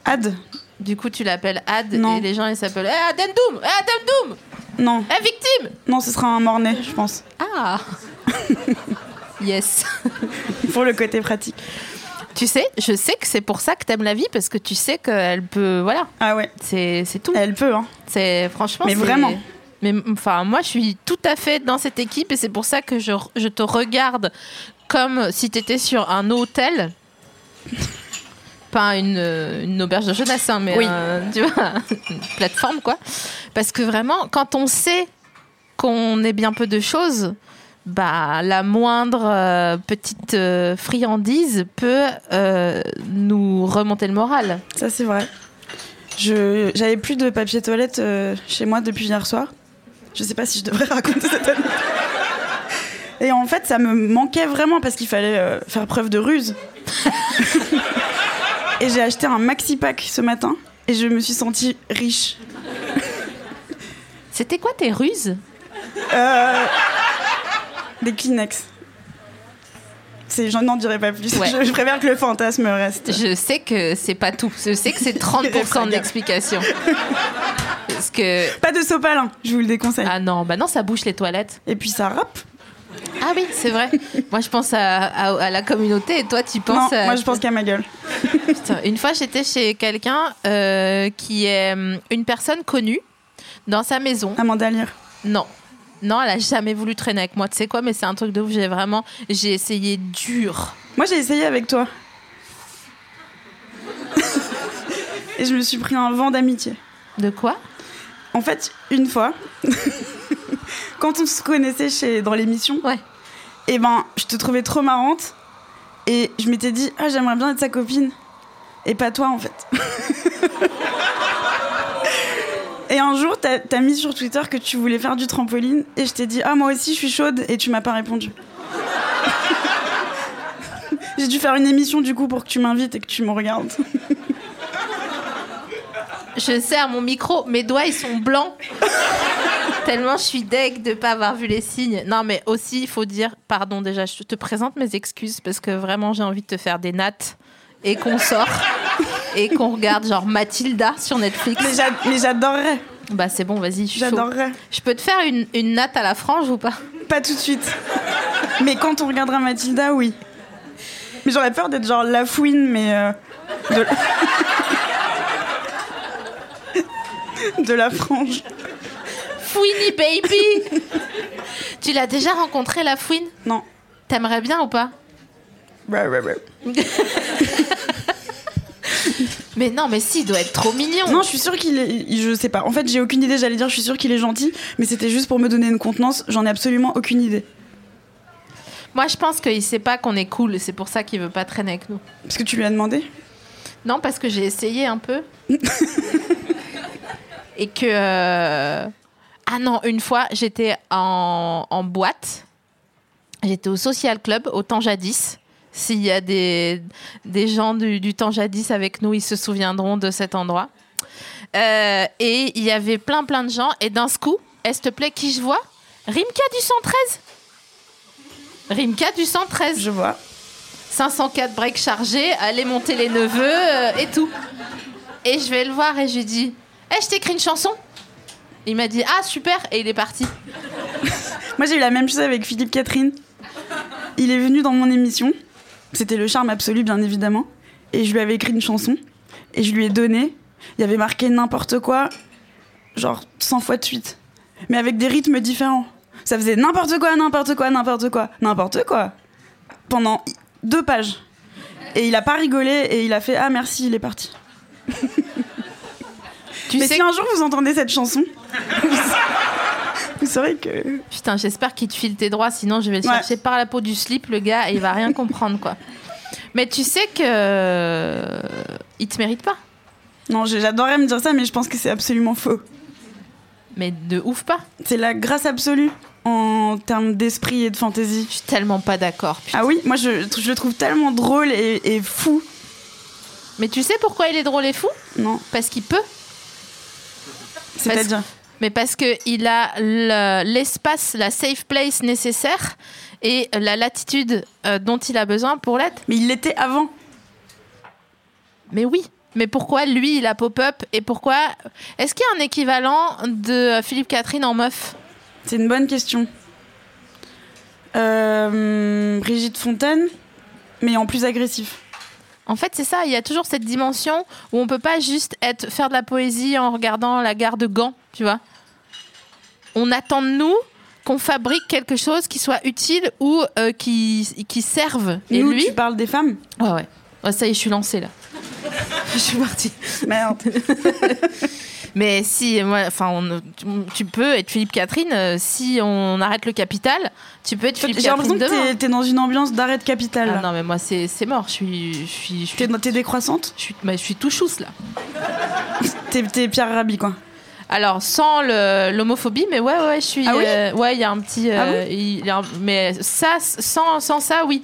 C: Ad.
B: Du coup, tu l'appelles Ad
C: Non.
B: et les gens ils s'appellent Eh, Adem Doum Eh, Adem Doum
C: Non.
B: Eh, victime
C: Non, ce sera un mornay, je pense.
B: Ah Yes
C: Pour le côté pratique.
B: Tu sais, je sais que c'est pour ça que t'aimes la vie parce que tu sais qu'elle peut. Voilà,
C: Ah ouais.
B: c'est c'est tout.
C: Elle peut, hein.
B: C'est franchement.
C: Mais
B: c'est-
C: vraiment.
B: Mais enfin, moi, je suis tout à fait dans cette équipe et c'est pour ça que je, je te regarde comme si t'étais sur un hôtel. Pas une, euh, une auberge de jeunesse, hein, mais
C: Oui.
B: un- tu vois, une plateforme, quoi. Parce que vraiment, quand on sait qu'on est bien peu de choses, bah, la moindre euh, petite euh, friandise peut euh, nous remonter le moral.
C: Ça, c'est vrai. Je j'avais plus de papier toilette euh, chez moi depuis hier soir. Je sais pas si je devrais raconter cette anecdote. Et en fait, ça me manquait vraiment parce qu'il fallait euh, faire preuve de ruse. et j'ai acheté un maxi pack ce matin et je me suis sentie riche.
B: C'était quoi tes ruses
C: Euh, des Kleenex. C'est, j'en n'en dirai pas plus.
B: Ouais.
C: Je, je préfère que le fantasme reste.
B: Je sais que c'est pas tout. Je sais que c'est 30% d'explication. Parce que.
C: Pas de sopalin, je vous le déconseille.
B: Ah non, bah non, ça bouche les toilettes.
C: Et puis ça rappe.
B: Ah oui, c'est vrai. Moi, je pense à, à- à la communauté et toi, tu
C: Non,
B: penses à.
C: moi je pense qu'à ma gueule.
B: Putain, Une fois, j'étais chez quelqu'un euh, qui est hum, une personne connue dans sa maison.
C: Amanda Lear.
B: Non. Non, elle a jamais voulu traîner avec moi. Tu sais quoi, mais c'est un truc de ouf. J'ai vraiment. J'ai essayé dur.
C: Moi, j'ai essayé avec toi. Et je me suis pris un vent d'amitié.
B: De quoi
C: En fait, une fois, quand on se connaissait chez, dans l'émission,
B: Ouais.
C: et ben, je te trouvais trop marrante. Et je m'étais dit, ah, j'aimerais bien être sa copine. Et pas toi, en fait. et un jour, t'as as mis sur Twitter que tu voulais faire du trampoline. Et je t'ai dit, ah, moi aussi, je suis chaude. Et tu m'as pas répondu. J'ai dû faire une émission, du coup, pour que tu m'invites et que tu me regardes.
B: Je serre mon micro, mes doigts ils sont blancs. Tellement je suis deg de pas avoir vu les signes. Non, mais aussi, il faut dire, pardon déjà, je te présente mes excuses parce que vraiment j'ai envie de te faire des nattes et qu'on sort et qu'on regarde genre Mathilda sur Netflix.
C: Mais j'a- mais j'adorerais.
B: Bah c'est bon, vas-y, je suis chaud.
C: J'adorerais.
B: Je peux te faire une, une natte à la frange ou pas
C: Pas tout de suite. Mais quand on regardera Mathilda, oui. Mais j'aurais peur d'être genre la fouine, mais. euh, de... de la frange.
B: Fouini baby Tu l'as déjà rencontré la fouine
C: Non.
B: T'aimerais bien ou pas
C: Ouais, ouais, ouais.
B: Mais non, mais si, il doit être trop mignon.
C: Non, je suis sûre qu'il est. il- Je sais pas. En fait, j'ai aucune idée, j'allais dire, je suis sûre qu'il est gentil, mais c'était juste pour me donner une contenance, j'en ai absolument aucune idée.
B: Moi, je pense qu'il sait pas qu'on est cool, et c'est pour ça qu'il veut pas traîner avec nous.
C: Parce que tu lui as demandé
B: Non, parce que j'ai essayé un peu. et que. euh, Ah non, une fois, j'étais en, en boîte. J'étais au Social Club, au temps jadis. S'il y a des, des gens du, du temps jadis avec nous, ils se souviendront de cet endroit. Euh, et il y avait plein, plein de gens. Et d'un coup, est-ce te plaît, qui je vois Rimka du 113 Rimka du 113
C: Je vois.
B: 504 breaks chargés, allez monter les neveux euh, et tout. Et je vais le voir et je lui dis Eh, je t'écris une chanson Il m'a dit Ah, super Et il est parti.
C: Moi, j'ai eu la même chose avec Philippe Catherine. Il est venu dans mon émission. C'était le charme absolu, bien évidemment. Et je lui avais écrit une chanson. Et je lui ai donné. Il y avait marqué n'importe quoi, genre 100 fois de suite. Mais avec des rythmes différents. Ça faisait n'importe quoi, n'importe quoi, n'importe quoi, n'importe quoi. Pendant deux pages. Et il a pas rigolé et il a fait Ah merci, il est parti.
B: Tu
C: Mais
B: sais
C: si un jour vous entendez cette chanson, vous sa- vous saurez que.
B: Putain, j'espère qu'il te file tes droits, sinon je vais le
C: Ouais.
B: chercher par la peau du slip, le gars, et il va rien comprendre, quoi. Mais tu sais que. Il te mérite pas.
C: Non, j'ai- j'adorerais me dire ça, mais je pense que c'est absolument faux.
B: Mais de ouf pas.
C: C'est la grâce absolue en termes d'esprit et de fantaisie.
B: Je suis tellement pas d'accord. putain.
C: Ah oui, moi je, je le trouve tellement drôle et, et fou. Ah.
B: Mais tu sais pourquoi il est drôle et fou
C: Non,
B: Parce qu'il peut.
C: c'est-à-dire.
B: Mais parce qu'il a le- l'espace, la safe place nécessaire et la latitude euh, dont il a besoin pour l'être.
C: Mais il l'était avant.
B: Mais oui. Mais pourquoi lui, il a pop-up Et pourquoi Est-ce qu'il y a un équivalent de euh, Philippe Catherine en meuf
C: C'est une bonne question. Euh, Brigitte Fontaine, mais en plus agressif.
B: En fait, c'est ça. Il y a toujours cette dimension où on peut pas juste être faire de la poésie en regardant la gare de Gand, tu vois. On attend de nous qu'on fabrique quelque chose qui soit utile ou euh, qui, qui serve. Et
C: Nous,
B: lui,
C: tu parles des femmes
B: Ouais, ouais. Ouais, ça y est, je suis lancée là. je suis partie.
C: Merde.
B: Mais si, moi, enfin, on- tu- tu peux être Philippe Catherine. euh, Si on arrête le capital, tu peux être
C: J'ai
B: Philippe
C: l'impression
B: Catherine
C: que
B: demain.
C: t'es- t'es dans une ambiance d'arrêt de capitale.
B: Ah
C: là.
B: non, mais moi, c'est c'est mort. Je suis, je suis, je suis,
C: T'es t'es décroissante
B: je suis- mais je suis tout chousse là.
C: T'es t'es Pierre Rabhi, quoi.
B: Alors, sans le- l'homophobie, mais ouais, ouais, je suis.
C: Ah oui
B: euh, ouais, il y a un petit.
C: Ah
B: euh, il y a un- mais ça, sans, sans ça, oui.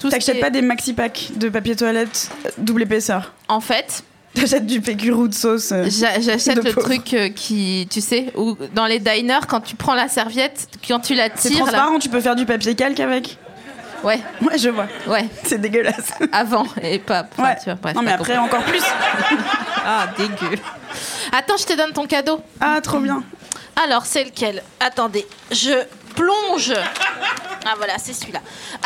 B: Tout ce qui
C: T'achètes
B: est-
C: pas des maxi-packs de papier toilette euh, double épaisseur
B: En fait,
C: T'achètes du pécurou de sauce. euh.
B: J'a- J'achète
C: De
B: le
C: pauvre.
B: truc euh, qui, tu sais, où dans les diners, quand tu prends la serviette, quand tu la
C: C'est
B: tires. là-
C: transparent, tu peux faire du papier calque avec.
B: Ouais,
C: Ouais, je vois.
B: ouais,
C: C'est dégueulasse.
B: avant et pas. enfin,
C: ouais.
B: tu vois, bref,
C: non, mais
B: t'as
C: après,
B: compris.
C: encore plus.
B: Ah, dégueu. Attends, je te donne ton cadeau.
C: Ah, trop bien.
B: Alors, c'est lequel Attendez, je plonge. Ah, voilà, c'est celui-là.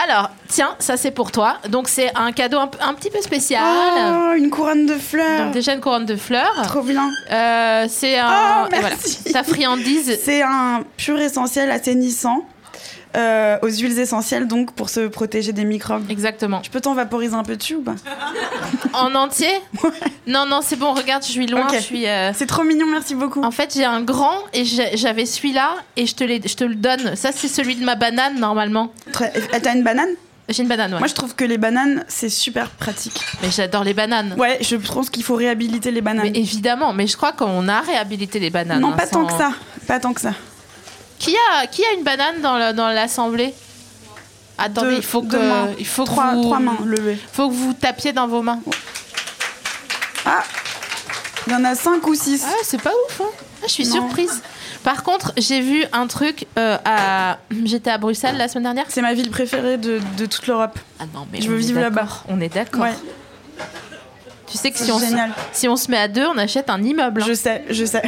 B: Alors, tiens, ça c'est pour toi. Donc, c'est un cadeau un, p- un petit peu spécial.
C: Oh, une couronne de fleurs.
B: Donc, déjà une couronne de fleurs.
C: Trop bien.
B: Euh, c'est un.
C: Oh,
B: et
C: merci.
B: Ta friandise.
C: C'est un pur essentiel assainissant euh, aux huiles essentielles, donc pour se protéger des microbes.
B: Exactement.
C: Je peux t'en vaporiser un peu dessus ou pas
B: En entier Non, non, c'est bon, regarde, je suis loin.
C: Ok.
B: Je suis, euh,
C: C'est trop mignon, merci beaucoup.
B: En fait, j'ai un grand et j'ai- j'avais celui-là et je te, l'ai- je te le donne. Ça, c'est celui de ma banane, normalement.
C: Très- Eh, T'as une banane
B: J'ai une banane, ouais.
C: Moi, je trouve que les bananes, c'est super pratique.
B: Mais j'adore les bananes.
C: Ouais, je pense qu'il faut réhabiliter les bananes.
B: Mais évidemment, mais je crois qu'on a réhabilité les bananes.
C: non,
B: hein,
C: pas tant
B: sans-
C: que ça. Pas tant que ça.
B: Qui a, qui a une banane dans le- dans l'assemblée Attendez,
C: Deux-
B: il faut
C: deux
B: que,
C: mains.
B: il faut que
C: Trois,
B: vous,
C: trois mains levées.
B: faut que vous tapiez dans vos mains.
C: Ah Il y en a 5 ou 6.
B: Ah, c'est pas ouf. hein. Ah, je suis
C: Non.
B: surprise. Par contre, j'ai vu un truc euh, à. J'étais à Bruxelles la semaine dernière.
C: C'est ma ville préférée de, de toute l'Europe.
B: Ah non, mais
C: Je
B: on
C: veux
B: est
C: vivre
B: d'accord.
C: là-bas.
B: On est d'accord.
C: Ouais,
B: Tu sais que
C: c'est
B: si on, se,
C: génial.
B: si on se met à deux, on achète un immeuble. hein.
C: Je sais, je sais.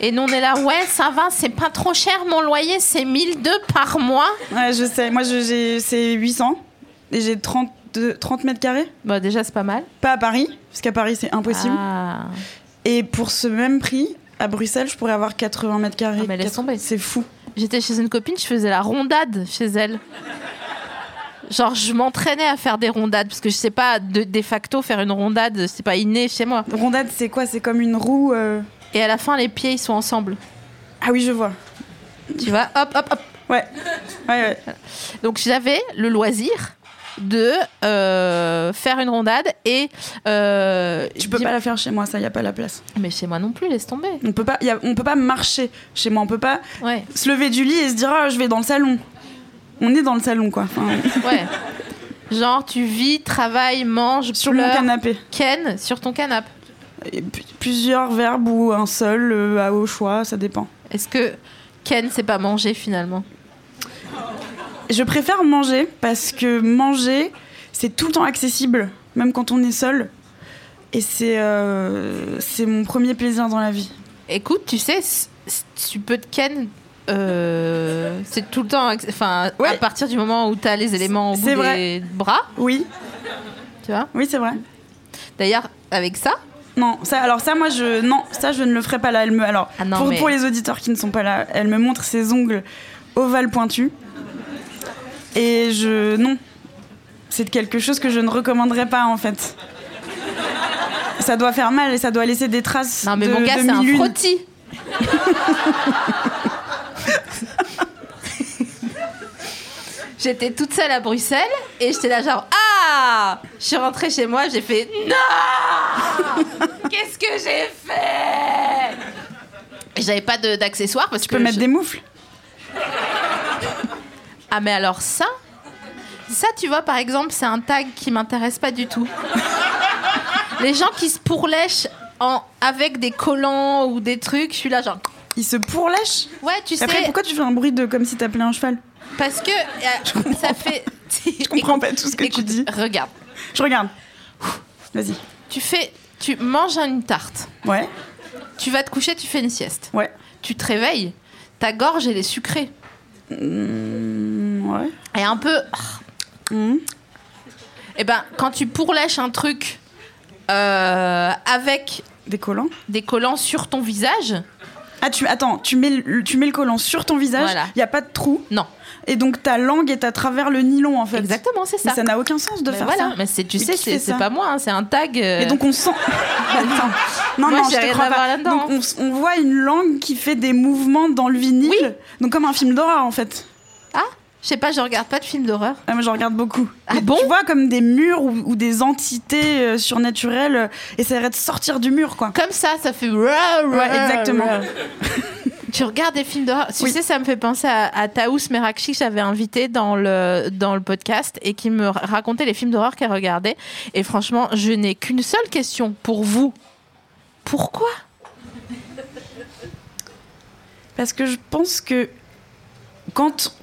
B: Et nous, on est là, ouais, ça va, c'est pas trop cher. Mon loyer, c'est 1002 par mois.
C: Ouais, je sais. Moi, je- j'ai c'est 800 et j'ai 30, de- 30 mètres carrés.
B: Bah, déjà, c'est pas mal.
C: Pas à Paris, parce qu'à Paris, c'est impossible.
B: Ah.
C: Et pour ce même prix, à Bruxelles, je pourrais avoir 80 mètres carrés.
B: Ah, mais laisse tomber.
C: C'est fou.
B: J'étais chez une copine, je faisais la rondade chez elle. Genre, je m'entraînais à faire des rondades, parce que je sais pas, de, de facto, faire une rondade, c'est pas inné chez moi.
C: Rondade, c'est quoi C'est comme une roue. euh,
B: Et à la fin, les pieds, ils sont ensemble.
C: Ah oui, je vois.
B: Tu vois, hop, hop, hop.
C: Ouais. Ouais,
B: Euh,
C: ouais.
B: Donc, j'avais le loisir de euh, faire une rondade et. euh,
C: Tu peux
B: dim-
C: pas la faire chez moi, ça, y a pas la place.
B: Mais chez moi non plus, laisse tomber.
C: On peut pas, y a- on peut pas marcher chez moi. On peut pas
B: Ouais,
C: se lever du lit et se dire ah, je vais dans le salon. On est dans le salon, quoi. Enfin,
B: ouais. Genre, tu vis, travailles, manges,
C: sur
B: pleures,
C: mon canapé.
B: ken sur ton canapé.
C: Et pu- plusieurs verbes ou un seul, euh, à au choix, ça dépend.
B: Est-ce que ken, c'est pas manger finalement
C: Je préfère manger parce que manger, c'est tout le temps accessible, même quand on est seul. Et c'est euh, c'est mon premier plaisir dans la vie.
B: Écoute, tu sais, c- c- tu peux te ken. euh, c'est tout le temps, acc- enfin, à
C: Ouais.
B: partir du moment où t'as les éléments au bout
C: c'est
B: des
C: vrai.
B: bras,
C: Oui,
B: tu vois.
C: oui, c'est vrai.
B: D'ailleurs, avec ça,
C: Non, ça, alors ça, moi, je, non, ça, je ne le ferai pas là. Elle me, alors,
B: Ah non,
C: pour,
B: mais-
C: pour les auditeurs qui ne sont pas là, elle me montre ses ongles ovales pointus. Et je, non, c'est quelque chose que je ne recommanderais pas en fait. Ça doit faire mal et ça doit laisser des traces.
B: non mais
C: de,
B: mon gars,
C: de
B: c'est un
C: mi-lune.
B: frottis. J'étais toute seule à Bruxelles et j'étais là genre ah je suis rentrée chez moi j'ai fait non qu'est-ce que j'ai fait Et j'avais pas de- d'accessoires parce
C: Tu peux
B: que
C: mettre
B: je-
C: des moufles.
B: Ah mais alors ça Ça tu vois par exemple c'est un tag qui m'intéresse pas du tout. Les gens qui se pourlèchent en... avec des collants ou des trucs, je suis là genre
C: Il se pourlèche.
B: ouais tu
C: Et Après,
B: sais
C: pourquoi tu fais un bruit de comme si t'appelais un cheval
B: parce que euh, ça fait...
C: Je comprends pas tout ce que tu
B: Écoute,
C: dis.
B: Regarde,
C: Je regarde. Vas-y.
B: tu fais... Tu manges une tarte,
C: Ouais,
B: tu vas te coucher, tu fais une sieste,
C: ouais.
B: tu te réveilles, ta gorge elle est sucrée,
C: Mm, ouais. Mm.
B: elle est un peu... Et ben quand tu pourlèches un truc euh, avec
C: Des collants.
B: des collants sur ton visage,
C: Ah, tu, attends, tu mets, le, tu mets le collant sur ton visage, il
B: Voilà.
C: n'y a pas de trou,
B: non.
C: et donc ta langue est à travers le nylon en fait.
B: Exactement, c'est
C: Mais
B: ça.
C: ça n'a aucun sens de
B: Mais
C: faire
B: voilà,
C: ça.
B: mais c'est, tu
C: Mais
B: sais,
C: qui
B: c'est,
C: fait
B: c'est
C: ça
B: pas moi, hein, c'est un tag. euh,
C: Et donc on sent. Attends. Non,
B: Moi,
C: non,
B: j'ai
C: je te
B: rien
C: crois
B: à voir
C: pas.
B: là-dedans, hein.
C: Donc, on, s- on voit une langue qui fait des mouvements dans le vinyle,
B: Oui.
C: donc comme un film d'horreur en fait.
B: Ah, je sais pas, je regarde pas de films d'horreur.
C: Ah, moi, j'en regarde beaucoup.
B: Ah
C: Mais
B: bon
C: Tu vois comme des murs ou, ou des entités euh, surnaturelles euh, essaieraient de sortir du mur, quoi.
B: Comme euh, ça, ça fait. Ouais,
C: Ouais, exactement.
B: Tu regardes des films d'horreur. Tu
C: Oui.
B: sais, ça me fait penser à, à Taous Merakchi que j'avais invité dans le, dans le podcast et qui me ra- racontait les films d'horreur qu'elle regardait. Et franchement, je n'ai qu'une seule question pour vous. Pourquoi
C: Parce que je pense que quand,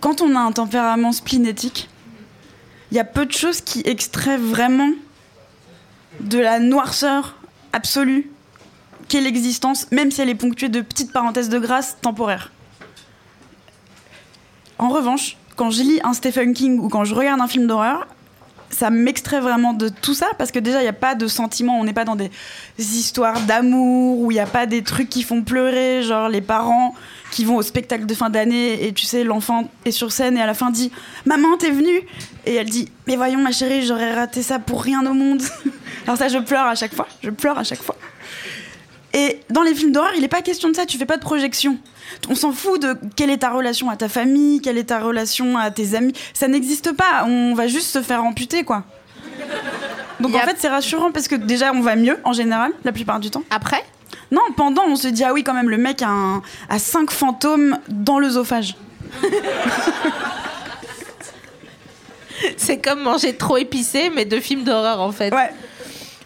C: quand on a un tempérament splinétique, il y a peu de choses qui extraient vraiment de la noirceur absolue qu'est l'existence, même si elle est ponctuée de petites parenthèses de grâce temporaires. En revanche, quand je lis un Stephen King ou quand je regarde un film d'horreur, ça m'extrait vraiment de tout ça parce que déjà il n'y a pas de sentiment, on n'est pas dans des histoires d'amour où il n'y a pas des trucs qui font pleurer, genre les parents qui vont au spectacle de fin d'année et tu sais l'enfant est sur scène et à la fin dit maman t'es venue et elle dit mais voyons ma chérie j'aurais raté ça pour rien au monde. Alors ça je pleure à chaque fois, je pleure à chaque fois. Et dans les films d'horreur, il n'est pas question de ça, tu fais pas de projection. On s'en fout de quelle est ta relation à ta famille, quelle est ta relation à tes amis. Ça n'existe pas, on va juste se faire amputer, quoi. Donc
B: Y a-
C: en fait, c'est rassurant parce que déjà, on va mieux, en général, la plupart du temps.
B: Après
C: Non, pendant, on se dit, ah oui, quand même, le mec a, un- a cinq fantômes dans l'œsophage.
B: C'est comme manger trop épicé, mais de films d'horreur en fait.
C: Ouais.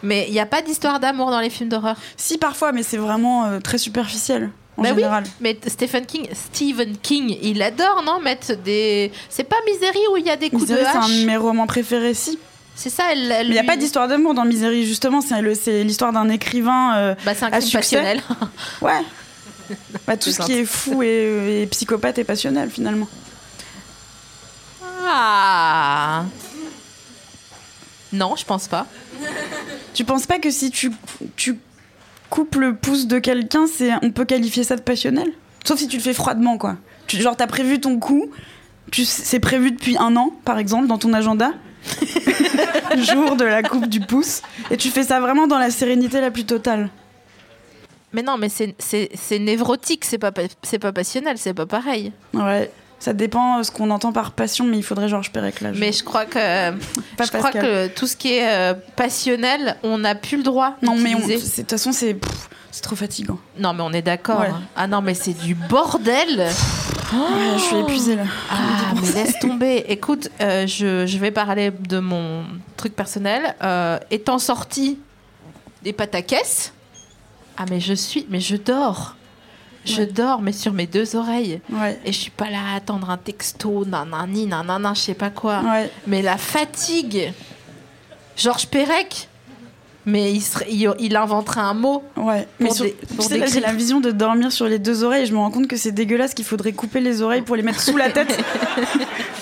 B: Mais il n'y a pas d'histoire d'amour dans les films d'horreur.
C: Si, parfois, mais c'est vraiment euh, très superficiel. En
B: Bah oui.
C: général.
B: Mais t- Stephen King, Stephen King, il adore, non Mettre des. C'est pas Misery où il y a des coups
C: Misery,
B: de
C: c'est un de
B: hache.
C: mes romans préférés, si.
B: C'est ça, elle.
C: Mais il n'y a pas d'histoire d'amour dans Misery, justement. C'est le- c'est l'histoire d'un écrivain. euh,
B: Bah, c'est un
C: à
B: crime
C: succès.
B: passionnel.
C: Ouais. Bah, tout ce
B: Plaisante.
C: qui est fou et, et psychopathe et passionnel, finalement.
B: Ah Non, je pense pas.
C: Tu penses pas que si tu, tu coupes le pouce de quelqu'un, c'est on peut qualifier ça de passionnel Sauf si tu le fais froidement, quoi. Tu, genre, t'as prévu ton coup, tu, c'est prévu depuis un an, par exemple, dans ton agenda, jour de la coupe du pouce, et tu fais ça vraiment dans la sérénité la plus totale.
B: Mais non, mais c'est- c'est c'est névrotique, c'est pas, pa- c'est pas passionnel, c'est pas pareil.
C: Ouais. Ça dépend euh, ce qu'on entend par passion, mais il faudrait Georges Perec là. je-
B: Mais je crois que,
C: Pas
B: je crois
C: Pascal.
B: que tout ce qui est euh, passionnel, on n'a plus le droit.
C: Non, mais on-
B: d'utiliser.
C: c'est- de toute façon, c'est pff, c'est trop fatigant.
B: Non, mais on est d'accord.
C: Ouais.
B: Ah non, mais c'est du bordel. Oh
C: Ouais, je suis épuisée là.
B: Ah, mais laisse tomber. Écoute, euh, je, je vais parler de mon truc personnel. Euh, étant sorti des pataquès, ah mais je suis, mais je dors. Je
C: Ouais.
B: dors, mais sur mes deux oreilles.
C: Ouais.
B: Et je suis pas là à attendre un texto, nanani, nanana, je sais pas quoi.
C: Ouais.
B: Mais la fatigue. Georges Perec, mais il, serait- il, il inventerait un mot.
C: Ouais, mais
B: Pour
C: sur-
B: des-
C: tu
B: pour
C: sais, là, j'ai
B: décrire.
C: la vision de dormir sur les deux oreilles et je me rends compte que c'est dégueulasse qu'il faudrait couper les oreilles pour les mettre sous la tête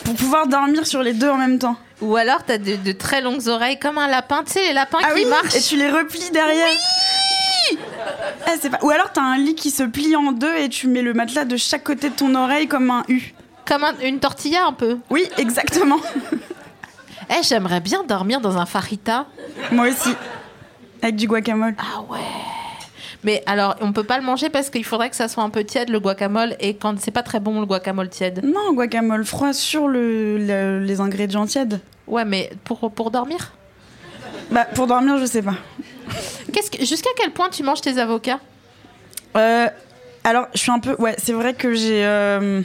C: pour pouvoir dormir sur les deux en même temps.
B: Ou alors t'as de, de très longues oreilles comme un lapin, tu sais, les lapins qui marchent.
C: Ah et tu les replies derrière. Ah, c'est pas... Ou alors t'as un lit qui se plie en deux et tu mets le matelas de chaque côté de ton oreille comme un U.
B: Comme un- une tortilla un peu.
C: Oui, exactement.
B: Eh, j'aimerais bien dormir dans un farita.
C: Moi aussi. Avec du guacamole.
B: Ah ouais. Mais alors, on peut pas le manger parce qu'il faudrait que ça soit un peu tiède le guacamole et quand c'est pas très bon le guacamole tiède.
C: Non, guacamole froid sur le- le- les ingrédients tièdes.
B: Ouais, mais pour pour dormir.
C: Bah, pour dormir, je sais pas.
B: Qu'est-ce que jusqu'à quel point tu manges tes avocats
C: Euh, alors, je suis un peu. Ouais, c'est vrai que j'ai. euh,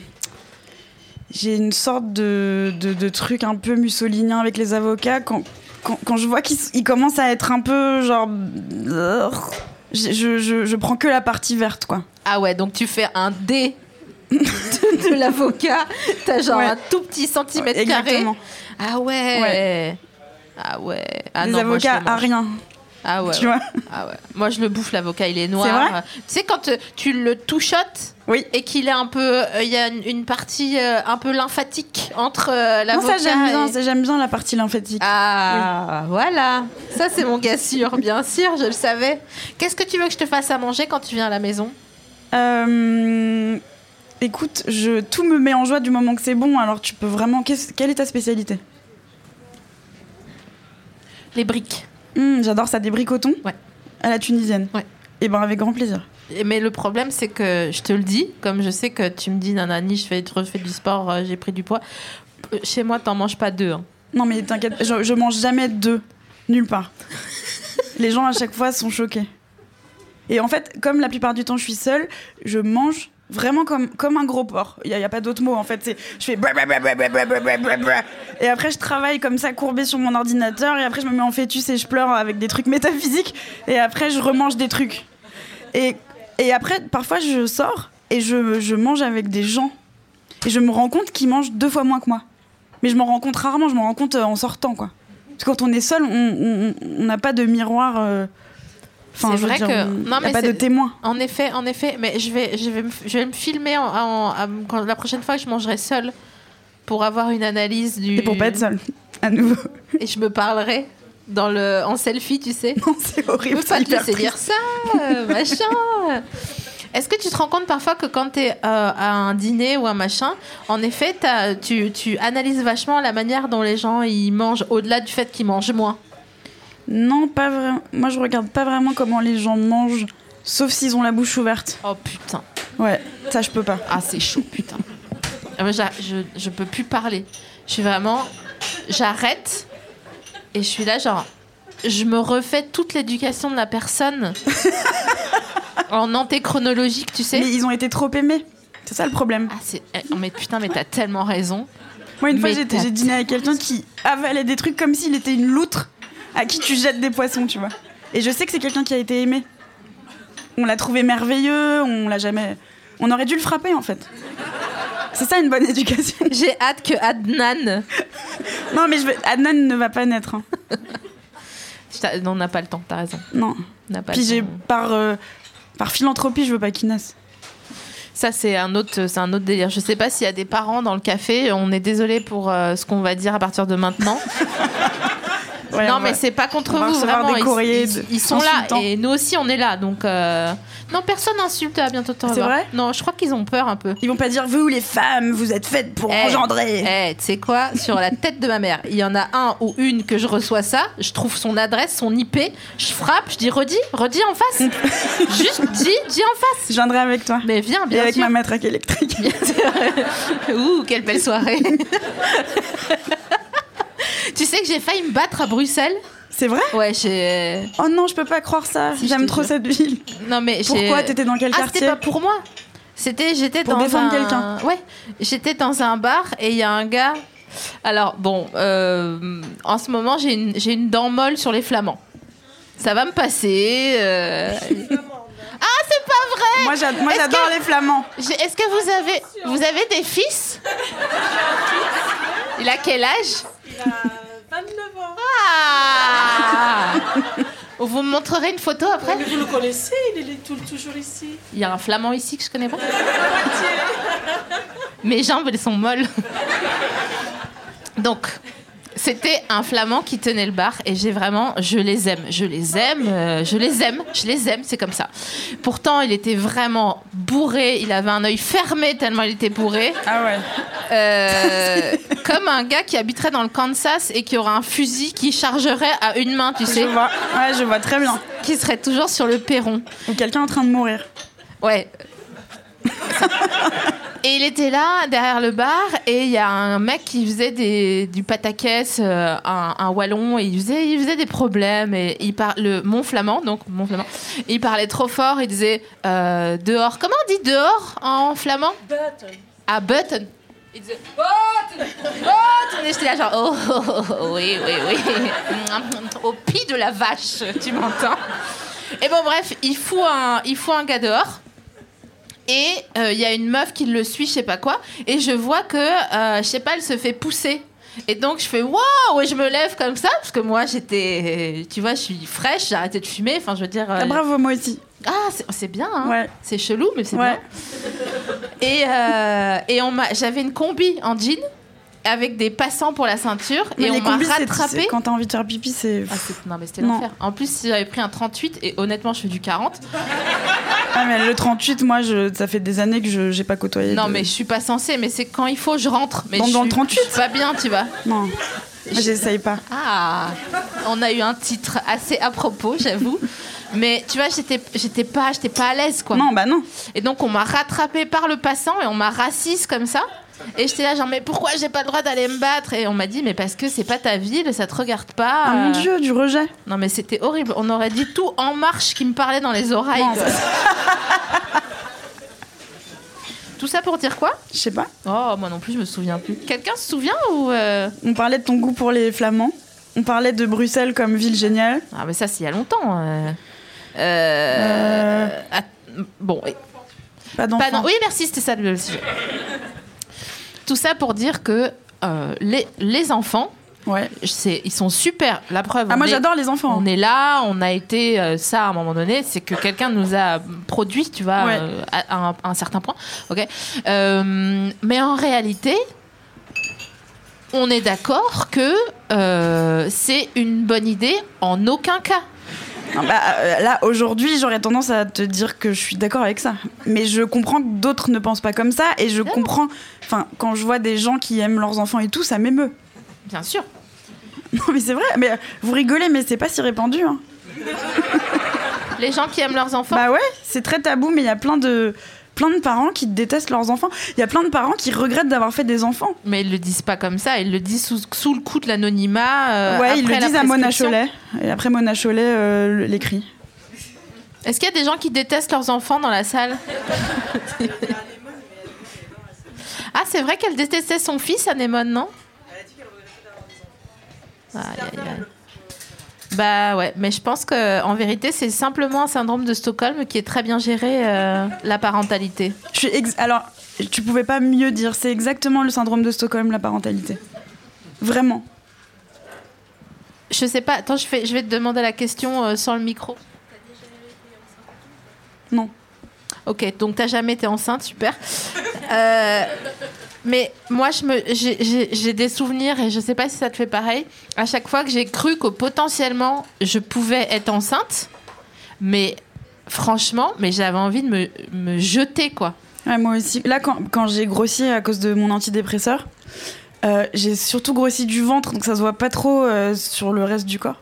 C: j'ai une sorte de, de, de truc un peu mussolinien avec les avocats. Quand, quand, quand je vois qu'ils s- ils commencent à être un peu genre. Je, je, je, je prends que la partie verte, quoi.
B: Ah ouais, donc tu fais un dé de, de l'avocat, t'as genre
C: Ouais.
B: un tout petit centimètre carré.
C: Exactement.
B: Ah ouais.
C: Ouais.
B: Ah ouais. Ah
C: les
B: non, moi, je le
C: avocats à
B: mange.
C: rien,
B: Ah ouais.
C: tu vois.
B: Ah ouais. Moi, je le bouffe, l'avocat, il est noir.
C: C'est vrai
B: tu sais, quand euh, tu le touchottes
C: Oui.
B: et qu'il est un peu. euh, Il y a une, une partie euh, un peu lymphatique entre euh,
C: Non, ça,
B: l'avocat.
C: j'aime bien,
B: et-
C: ça, j'aime bien la partie lymphatique.
B: Ah, voilà. Ça, c'est mon gars sûr, bien sûr, je le savais. Qu'est-ce que tu veux que je te fasse à manger quand tu viens à la maison
C: Euh, écoute, je, tout me met en joie du moment que c'est bon, alors tu peux vraiment. qu'est-ce- quelle est ta spécialité
B: Les briques.
C: Hum, J'adore ça, des bricotons
B: Ouais.
C: À la tunisienne
B: Ouais.
C: Et ben avec grand plaisir.
B: Et- Mais le problème, c'est que je te le dis, comme je sais que tu me dis, nanani, je fais, je refais du sport, euh, j'ai pris du poids. P- Chez moi, t'en manges pas deux. hein.
C: Non mais t'inquiète, je, je mange jamais deux, nulle part. Les gens à chaque fois sont choqués. Et en fait, comme la plupart du temps je suis seule, je mange vraiment comme, comme un gros porc. Il n'y a, y a pas d'autre mot en fait. c'est- Je fais... bra, bra, bra, bra, bra, bra, bra, bra, bra, bra. Et après je travaille comme ça courbée sur mon ordinateur et après je me mets en fœtus et je pleure avec des trucs métaphysiques et après je remange des trucs. Et, et après, parfois, je sors et je, je mange avec des gens. Et je me rends compte qu'ils mangent deux fois moins que moi. Mais je m'en rends compte rarement, je m'en rends compte euh, en sortant, quoi. Parce que quand on est seul, on- on on n'a pas de miroir. euh, Enfin,
B: C'est
C: je veux
B: vrai
C: dire,
B: que-
C: on-
B: non,
C: il y a
B: mais
C: pas de
B: c'est-
C: témoin.
B: En effet, en effet, mais je vais, je vais, me, je vais me filmer en, en- en- quand- la prochaine fois que je mangerai seule pour avoir une analyse du.
C: Et pour pas être seul, à nouveau.
B: Et je me parlerai dans le, en selfie, tu sais.
C: Non, c'est
B: Je
C: horrible.
B: peux pas
C: c'est
B: te
C: hyper
B: laisser
C: triste.
B: dire ça, euh, machin. Est-ce que tu te rends compte parfois que quand tu es à un dîner ou un machin, en effet, t'as- tu, tu analyses vachement la manière dont les gens ils mangent au-delà du fait qu'ils mangent moins
C: Non, pas vraiment. Moi, je regarde pas vraiment comment les gens mangent, sauf s'ils ont la bouche ouverte.
B: Oh putain.
C: Ouais, ça, je peux pas.
B: Ah, c'est chaud, putain. Ah, moi, j'a- je, je peux plus parler. Je suis vraiment. J'arrête et je suis là, genre. Je me refais toute l'éducation de la personne en antéchronologique, tu sais.
C: Mais ils ont été trop aimés. C'est ça le problème.
B: Ah, c'est. eh, oh, Mais putain, mais t'as tellement raison.
C: Moi, une fois,
B: Mais
C: j'étais-
B: t'as-
C: j'ai dîné avec quelqu'un qui avalait des trucs comme s'il était une loutre à qui tu jettes des poissons, tu vois. Et je sais que c'est quelqu'un qui a été aimé. On l'a trouvé merveilleux, on l'a jamais. On aurait dû le frapper en fait. C'est ça une bonne éducation.
B: J'ai hâte que Adnan.
C: Non mais je veux... Adnan ne va pas naître. hein.
B: Putain, Non, on n'a pas le temps, t'as raison.
C: Non.
B: On n'a pas
C: Puis
B: le
C: j'ai
B: temps.
C: par euh, par philanthropie, je veux pas qu'il naisse.
B: Ça, c'est un, autre, c'est un autre délire. Je sais pas s'il y a des parents dans le café. On est désolé pour euh, ce qu'on va dire à partir de maintenant.
C: Ouais,
B: non,
C: on va-
B: mais c'est pas contre
C: on va
B: vous,
C: recevoir
B: vraiment.
C: des
B: Ils-
C: courriers
B: ils,
C: de-
B: ils sont là
C: insultants.
B: et nous aussi, on est là. Donc, euh, non, personne n'insulte à bientôt te
C: C'est
B: revoir.
C: vrai
B: Non, je crois qu'ils ont peur un peu.
C: ils vont pas dire vous les femmes, vous êtes faites pour
B: Eh,
C: engendrer.
B: Eh, tu sais quoi Sur la tête de ma mère, il y en a un ou une que je reçois ça, je trouve son adresse, son IP, je frappe, je dis redis, redis en face. Juste dis, dis en face.
C: Je viendrai avec toi.
B: Mais viens,
C: Et
B: bien
C: avec
B: sûr.
C: ma matraque électrique.
B: Bien sûr. Ouh, quelle belle soirée. tu sais que j'ai failli me battre à Bruxelles
C: C'est vrai
B: Ouais, j'ai.
C: Oh non, je peux pas croire ça.
B: Si, je
C: J'aime
B: te
C: trop
B: jure.
C: cette ville.
B: Non mais j'ai-
C: Pourquoi T'étais dans quel
B: Ah, c'était
C: quartier
B: pas pour moi. C'était j'étais
C: Pour
B: dans
C: défendre
B: un
C: quelqu'un.
B: Ouais, j'étais dans un bar et il y a un gars. Alors bon, euh, en ce moment j'ai une j'ai une dent molle sur les flamands. Ça va me passer. euh. Ah, c'est pas vrai.
C: Moi, j'ad- moi,
B: Est-ce
C: j'adore
B: que-
C: les Flamands.
B: J'ai- Est-ce que vous avez vous avez des fils Il a quel âge
E: Euh,
B: Ah Vous me montrerez une photo après
E: Mais vous le connaissez, il est tout- toujours ici.
B: Il y a un flamand ici que je connais pas. Mes jambes, elles sont molles. Donc, c'était un flamand qui tenait le bar et j'ai vraiment, je les aime, je les aime, euh, je les aime, je les aime, c'est comme ça. Pourtant, il était vraiment bourré, il avait un œil fermé tellement il était bourré.
C: Ah ouais.
B: Euh, comme un gars qui habiterait dans le Kansas et qui aurait un fusil qui chargerait à une main, tu
C: Ah, Je
B: sais,
C: vois. Ouais, je vois très bien.
B: qui serait toujours sur le perron.
C: Ou quelqu'un en train de mourir.
B: Ouais. et il était là, derrière le bar, et il y a un mec qui faisait des, du pataquès, euh, un, un wallon, et il faisait, il faisait des problèmes. Et il par, le, mon flamand, donc mon flamand, il parlait trop fort, il disait euh, dehors. Comment on dit dehors en flamand
E: Button.
B: À button. Il disait button, button. Et j'étais là, genre, oh, oh, oh, oh, oui, oui, oui. Au pis de la vache, tu m'entends Et bon, bref, il fout un, il fout un gars dehors. Et euh, il y a une meuf qui le suit, je sais pas quoi. Et je vois que, euh, je sais pas, elle se fait pousser. Et donc je fais waouh et je me lève comme ça parce que moi j'étais, tu vois, je suis fraîche, j'ai arrêté de fumer. Enfin, je veux dire, euh,
C: Ah, bravo, moi aussi.
B: ah, c'est- c'est bien, hein.
C: Ouais.
B: c'est chelou mais c'est bien.
C: Ouais.
B: Et, euh, et on m'a, j'avais une combi en jean avec des passants pour la ceinture
C: Mais
B: et
C: les
B: on m'a
C: combis, c'est-
B: rattrapé.
C: c'est- Quand t'as envie de faire pipi, c'est.
B: Ah, c'est- non mais c'était
C: Non.
B: l'enfer. En plus j'avais pris un 38 et honnêtement je fais du 40.
C: Ah, mais le 38, moi, je... ça fait des années que je j'ai pas côtoyé.
B: Non
C: de-
B: mais je suis pas censée mais c'est quand il faut je rentre. Mais
C: Dans-
B: je
C: dans le
B: suis-
C: 38?
B: je suis pas bien tu vois.
C: Non. Moi, j'essaye pas.
B: Ah, on a eu un titre assez à propos j'avoue. Mais tu vois j'étais j'étais pas j'étais pas à l'aise quoi.
C: Non, bah non.
B: Et donc on m'a rattrapé par le passant et on m'a raciste comme ça. Et j'étais là genre mais pourquoi j'ai pas le droit d'aller me battre Et on m'a dit mais parce que c'est pas ta ville, ça te regarde pas.
C: Ah mon
B: Euh,
C: dieu, du rejet.
B: Non mais c'était horrible. On aurait dit tout en marche qui me parlait dans les oreilles.
C: Non,
B: quoi. tout ça pour dire quoi
C: Je sais pas.
B: Oh moi non plus je me souviens plus. Quelqu'un se souvient ou euh
C: On parlait de ton goût pour les Flamands. On parlait de Bruxelles comme ville géniale.
B: Ah mais ça c'est il y a longtemps. euh. Euh, att- Bon et-
C: Pas d'enfant.
B: Pas non- Oui, merci, c'était ça le sujet. Tout ça pour dire que euh, les, les enfants,
C: Ouais.
B: je sais, ils sont super. La preuve,
C: Ah,
B: on
C: moi,
B: est-
C: j'adore les enfants.
B: On est là, on a été euh, ça à un moment donné, c'est que quelqu'un nous a produit, tu vois,
C: Ouais.
B: euh, à, à un, à un certain point. ok Euh, mais en réalité, on est d'accord que euh, c'est une bonne idée en aucun cas.
C: Non, bah, euh, là, aujourd'hui, j'aurais tendance à te dire que je suis d'accord avec ça. Mais je comprends que d'autres ne pensent pas comme ça. Et je
B: Non.
C: comprends. Enfin, quand je vois des gens qui aiment leurs enfants et tout, ça m'émeut.
B: Bien sûr.
C: Non, mais c'est vrai. Mais euh, vous rigolez, mais c'est pas si répandu. hein.
B: Les gens qui aiment leurs enfants.
C: Bah ouais, c'est très tabou, mais il y a plein de. Plein de parents qui détestent leurs enfants. Il y a plein de parents qui regrettent d'avoir fait des enfants.
B: Mais ils le disent pas comme ça, ils le disent sous, sous le coup de l'anonymat. euh,
C: ouais, ils le
B: après la
C: disent à Mona
B: prescription.
C: Cholet. Et après, Mona Cholet euh, l'écrit.
B: Est-ce qu'il y a des gens qui détestent leurs enfants dans la salle Ah, c'est vrai qu'elle détestait son fils, Anémone, non Aïe, aïe, aïe. Bah ouais, mais je pense que en vérité, c'est simplement un syndrome de Stockholm qui est très bien géré, euh, la parentalité.
C: Je suis ex- Alors, tu pouvais pas mieux dire. C'est exactement le syndrome de Stockholm, la parentalité. Vraiment.
B: Je sais pas, attends, je, fais, je vais te demander la question euh, sans le micro.
C: Non.
B: Ok, donc t'as jamais été enceinte, super. Euh, mais moi, je me, j'ai- j'ai j'ai des souvenirs et je sais pas si ça te fait pareil. À chaque fois que j'ai cru que potentiellement je pouvais être enceinte, mais franchement, mais j'avais envie de me, me jeter quoi.
C: Ouais, moi aussi. Là, quand, quand j'ai grossi à cause de mon antidépresseur, euh, j'ai surtout grossi du ventre, donc ça se voit pas trop euh, sur le reste du corps.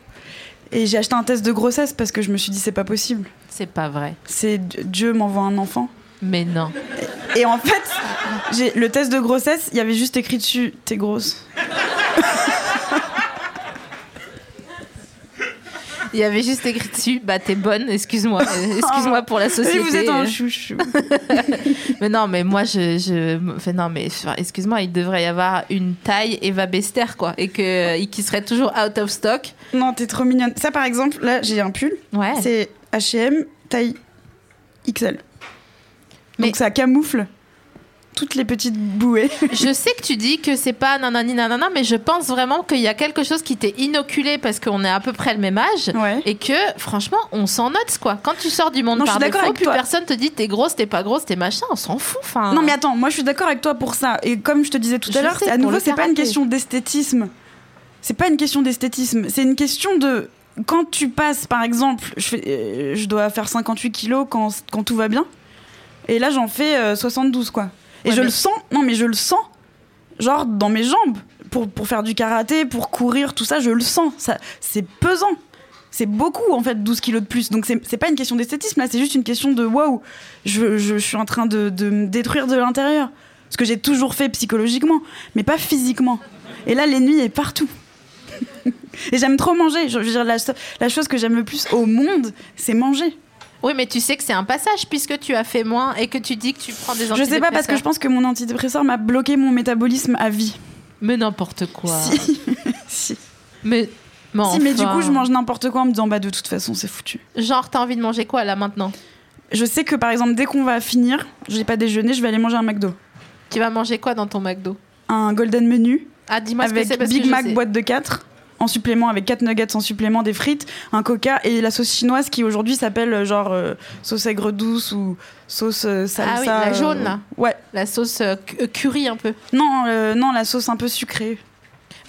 C: Et j'ai acheté un test de grossesse parce que je me suis dit c'est pas possible.
B: C'est pas vrai.
C: C'est Dieu m'envoie un enfant.
B: Mais non.
C: Et en fait, j'ai le test de grossesse, il y avait juste écrit dessus t'es grosse.
B: Il y avait juste écrit dessus, bah t'es bonne, excuse-moi, Euh, excuse-moi pour la société.
C: Et vous êtes
B: Euh,
C: un chouchou.
B: Mais non, mais moi je, je, enfin, non mais enfin, excuse-moi, il devrait y avoir une taille Eva Bester quoi, et que et qui serait toujours out of stock.
C: non, t'es trop mignonne. Ça, par exemple, là, j'ai un pull.
B: Ouais.
C: C'est H&M taille XL.
B: Mais-
C: Donc ça camoufle toutes les petites bouées.
B: Je sais que tu dis que c'est pas nanani nanana, mais je pense vraiment qu'il y a quelque chose qui t'est inoculé parce qu'on est à peu près le même âge.
C: Ouais.
B: Et que franchement, on s'en note quoi. Quand tu sors du monde
C: Non, je
B: par
C: suis d'accord
B: défaut,
C: avec
B: plus
C: toi.
B: personne te dit t'es grosse, t'es pas grosse, t'es machin, on s'en fout. Enfin,
C: Non mais attends, moi je suis d'accord avec toi pour ça. Et comme je te disais tout
B: Je
C: à l'heure,
B: sais,
C: c'est- à
B: pour
C: nouveau
B: le
C: c'est pas une
B: karaté.
C: question d'esthétisme. C'est pas une question d'esthétisme. C'est une question de quand tu passes, par exemple, je, fais- euh, je dois faire 58 kilos quand, quand tout va bien. Et là j'en fais euh, 72 quoi. Et
B: Ouais,
C: je
B: mais-
C: le sens. Non mais je le sens. Genre dans mes jambes pour, pour faire du karaté, pour courir, tout ça, je le sens. Ça c'est pesant. C'est beaucoup en fait 12 kilos de plus. Donc c'est c'est pas une question d'esthétisme là, c'est juste une question de waouh, je, je- je suis en train de, de me détruire de l'intérieur. Ce que j'ai toujours fait psychologiquement, mais pas physiquement. Et là l'ennemi est partout. Et j'aime trop manger. Je, je veux dire, la, la chose que j'aime le plus au monde, c'est manger.
B: Oui, mais tu sais que c'est un passage puisque tu as fait moins et que tu dis que tu prends des
C: Je sais pas parce que je pense que mon antidépresseur m'a bloqué mon métabolisme à vie.
B: Mais n'importe quoi.
C: Si. si.
B: Mais, mais,
C: Si, mais du
B: enfin.
C: coup, je mange n'importe quoi en me disant, bah de toute façon, c'est foutu.
B: Genre, t'as envie de manger quoi là maintenant
C: Je sais que par exemple, dès qu'on va finir, je n'ai pas déjeuné, je vais aller manger un McDo.
B: Tu vas manger quoi dans ton McDo
C: Un golden menu
B: Ah, dis-moi ce que
C: avec
B: c'est parce que
C: Big
B: je
C: Mac
B: sais.
C: boîte de 4 en supplément avec 4 nuggets en supplément des frites, un coca et la sauce chinoise qui aujourd'hui s'appelle euh, genre euh, sauce aigre douce ou sauce euh, salsa.
B: Ah oui, la
C: euh,
B: jaune, là.
C: Ouais.
B: La sauce euh, cu- euh, curry un peu.
C: Non, euh, non, la sauce un peu sucrée.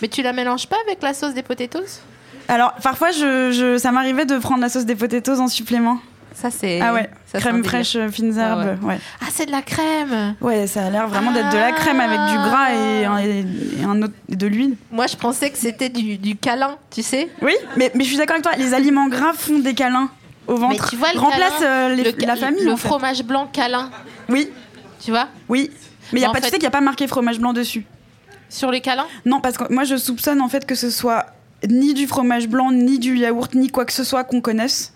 B: Mais tu la mélanges pas avec la sauce des potatoes
C: Alors parfois je, je- ça m'arrivait de prendre la sauce des potatoes en supplément.
B: Ça c'est
C: ah ouais,
B: ça, c'est un
C: crème
B: délire.
C: fraîche, euh, fines herbes, ouais.
B: Ah c'est de la crème.
C: ouais. ça a l'air vraiment d'être de la crème avec du gras et,
B: Ah.
C: un- et un autre, et de l'huile.
B: Moi je pensais que c'était du, du câlin, tu sais.
C: Oui, mais, mais je suis d'accord avec toi, les aliments gras font des câlins au ventre.
B: tu vois, le
C: Remplace
B: câlin,
C: euh, les-
B: ca-
C: la famille
B: le
C: en fait.
B: fromage blanc câlin,
C: Oui,
B: tu vois,
C: oui. Mais y a
B: En
C: pas,
B: fait-
C: tu sais qu'il n'y a pas marqué fromage blanc dessus.
B: sur les câlins.
C: Non, parce que moi je soupçonne en fait que ce soit ni du fromage blanc, ni du yaourt, ni quoi que ce soit qu'on connaisse.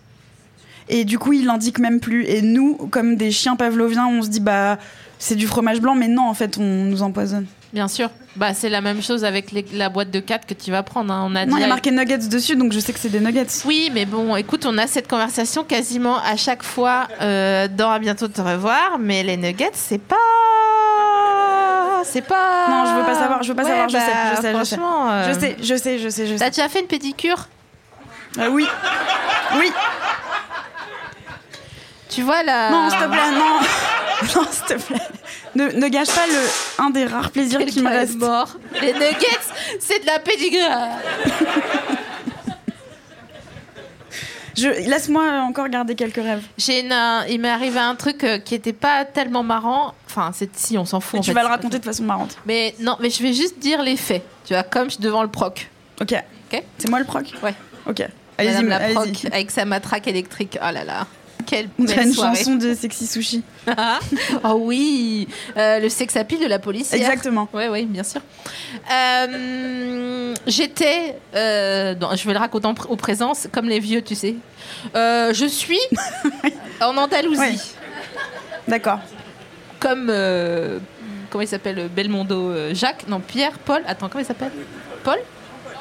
C: Et du coup, il l'indique même plus. Et nous, comme des chiens pavloviens, on se dit bah c'est du fromage blanc, mais non, en fait, on nous empoisonne.
B: Bien sûr. Bah c'est la même chose avec les- la boîte de 4 que tu vas prendre. hein. On a
C: Non, il
B: dit
C: y a
B: à-
C: marqué nuggets dessus, donc je sais que c'est des nuggets.
B: Oui, mais bon, écoute, on a cette conversation quasiment à chaque fois euh, dans à bientôt te revoir, mais les nuggets, c'est pas, c'est pas.
C: Non, je veux pas savoir, je veux pas
B: Ouais,
C: savoir, je
B: bah,
C: sais, je sais, je sais.
B: franchement, euh,
C: Je sais, je sais, je sais, je sais.
B: T'as déjà fait une pédicure
C: Ah oui, oui.
B: Tu vois la.
C: Non, s'il te plaît, non, non, s'il te plaît. Ne, ne gâche pas le un des rares plaisirs qui me
B: Quelqu'un est
C: reste.
B: mort. Les nuggets, c'est de la pédigrée.
C: Je- Laisse-moi encore garder quelques rêves.
B: J'ai une, euh, il m'est arrivé un truc euh, qui était pas tellement marrant. Enfin, bah, c'est si on s'en fout.
C: Et
B: en
C: tu
B: fait.
C: vas le raconter de façon marrante.
B: Mais non, mais je vais juste dire les faits. Tu vois, comme je suis devant le proc.
C: Ok.
B: Ok.
C: C'est moi le proc
B: Ouais.
C: Ok.
B: Madame
C: Allez-y,
B: la proc
C: allez-y.
B: avec sa matraque électrique. Oh là là. Quelle
C: On dirait
B: belle
C: une
B: soirée.
C: chanson de Sexy Sushi.
B: oh oui, Euh, le sex appeal de la police.
C: Exactement.
B: Oui, oui, bien sûr. Euh, J'étais, euh, dans- je vais le raconter en pr- au présent, c'est comme les vieux, tu sais. Euh, je suis en Andalousie,
C: Ouais. D'accord.
B: comme euh, comment il s'appelle, Belmondo, euh, Jacques, non Pierre, Paul. Attends, comment il s'appelle Paul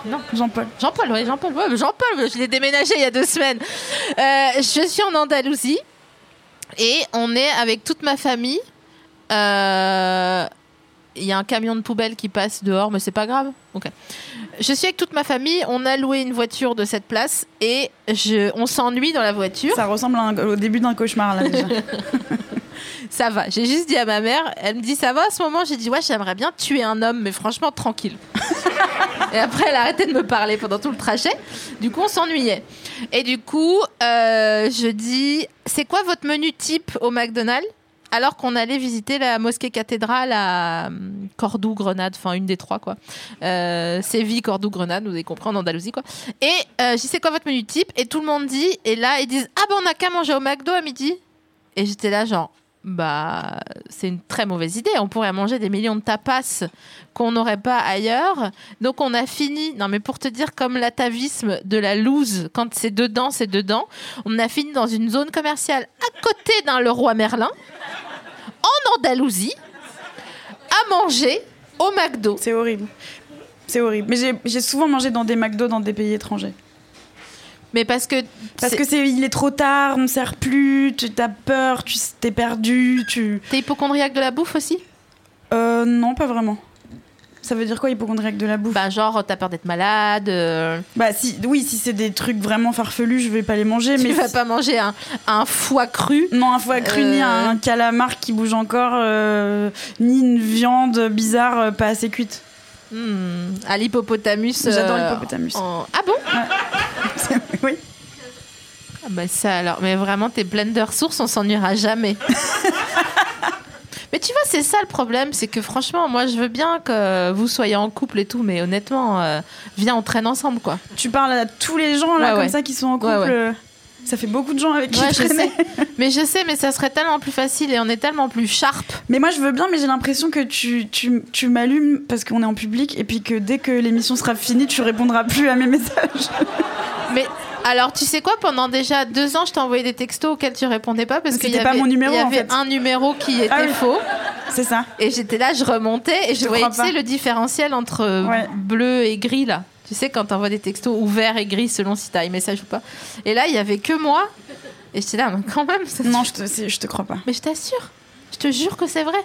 B: Non.
C: Jean-Paul.
B: Jean-Paul, ouais, Jean-Paul, ouais, Jean-Paul, je l'ai déménagé il y a deux semaines. Euh, je suis en Andalousie et on est avec toute ma famille. Euh, Il y a un camion de poubelle qui passe dehors, mais c'est pas grave. Ok. Je suis avec toute ma famille. On a loué une voiture de cette place et je, on s'ennuie dans la voiture.
C: Ça ressemble à un- au début d'un cauchemar, là, déjà.
B: Ça va. J'ai juste dit à ma mère, elle me dit ça va à ce moment. J'ai dit ouais, j'aimerais bien tuer un homme, mais franchement, tranquille. et après, elle a arrêté de me parler pendant tout le trajet. Du coup, on s'ennuyait. Et du coup, euh, je dis c'est quoi votre menu type au McDonald's alors qu'on allait visiter la mosquée cathédrale à hum, Cordoue, Grenade, enfin une des trois quoi. Euh, Séville, Cordoue, Grenade, vous avez compris, en Andalousie quoi. Et euh, je dis c'est quoi votre menu type Et tout le monde dit, et là ils disent ah ben on n'a qu'à manger au McDo à midi. Et j'étais là genre bah, c'est une très mauvaise idée. On pourrait manger des millions de tapas qu'on n'aurait pas ailleurs. Donc on a fini, non mais pour te dire comme l'atavisme de la loose, quand c'est dedans, c'est dedans, on a fini dans une zone commerciale à côté d'un Leroy Merlin, en Andalousie, à manger au McDo.
C: C'est horrible. C'est horrible. Mais j'ai- j'ai souvent mangé dans des McDo dans des pays étrangers.
B: Mais parce que...
C: Parce
B: c'est-
C: que c'est, il est trop tard, on ne sert plus, tu t'as peur, tu t'es perdu, tu.
B: T'es hypochondriaque de la bouffe aussi
C: Euh, non, pas vraiment. Ça veut dire quoi, hypochondriaque de la bouffe bah,
B: Bah genre, t'as peur d'être malade, euh,
C: si, oui, si c'est des trucs vraiment farfelus, je vais pas les manger.
B: tu
C: mais
B: vas
C: si-
B: pas manger un, un foie cru.
C: Non, un foie cru, ni
B: Euh.
C: un calamar qui bouge encore, euh, ni une viande bizarre euh, pas assez cuite.
B: Hmm, à l'hippopotamus.
C: J'adore
B: euh,
C: l'hippopotamus.
B: en- Ah bon
C: oui.
B: Ah bah ça alors, mais vraiment, t'es pleine de ressources, on s'ennuiera jamais. mais tu vois, c'est ça le problème, c'est que franchement, moi je veux bien que vous soyez en couple et tout, mais honnêtement, euh, viens, on traîne ensemble quoi.
C: Tu parles à tous les gens là,
B: Ouais,
C: comme
B: ouais.
C: ça, qui sont en couple.
B: Ouais, ouais.
C: euh, Ça fait beaucoup de gens avec qui
B: Ouais, je
C: traîner.
B: sais. Mais je sais, mais ça serait tellement plus facile et on est tellement plus sharp.
C: Mais moi, je veux bien, mais j'ai l'impression que tu, tu, tu m'allumes parce qu'on est en public et puis que dès que l'émission sera finie, tu répondras plus à mes messages.
B: Mais alors, tu sais quoi, pendant déjà deux ans, je t'ai envoyé des textos auxquels tu répondais pas parce
C: Mais
B: qu'il y
C: c'était pas
B: avait,
C: mon numéro,
B: il y
C: en
B: avait
C: fait.
B: un numéro qui était
C: Ah oui.
B: faux.
C: C'est ça.
B: Et j'étais là, je remontais et je,
C: te
B: voyais,
C: crois
B: tu
C: pas.
B: sais, le différentiel entre euh,
C: Ouais.
B: bleu et gris, là. Tu sais, quand t'envoies des textos ou vert et gris, selon si t'as un message ou pas. Et là, il y avait que moi. Et j'étais là, mais quand même. ça-
C: Non, je te, c'est- je te crois pas.
B: Mais je t'assure, je te jure que c'est vrai.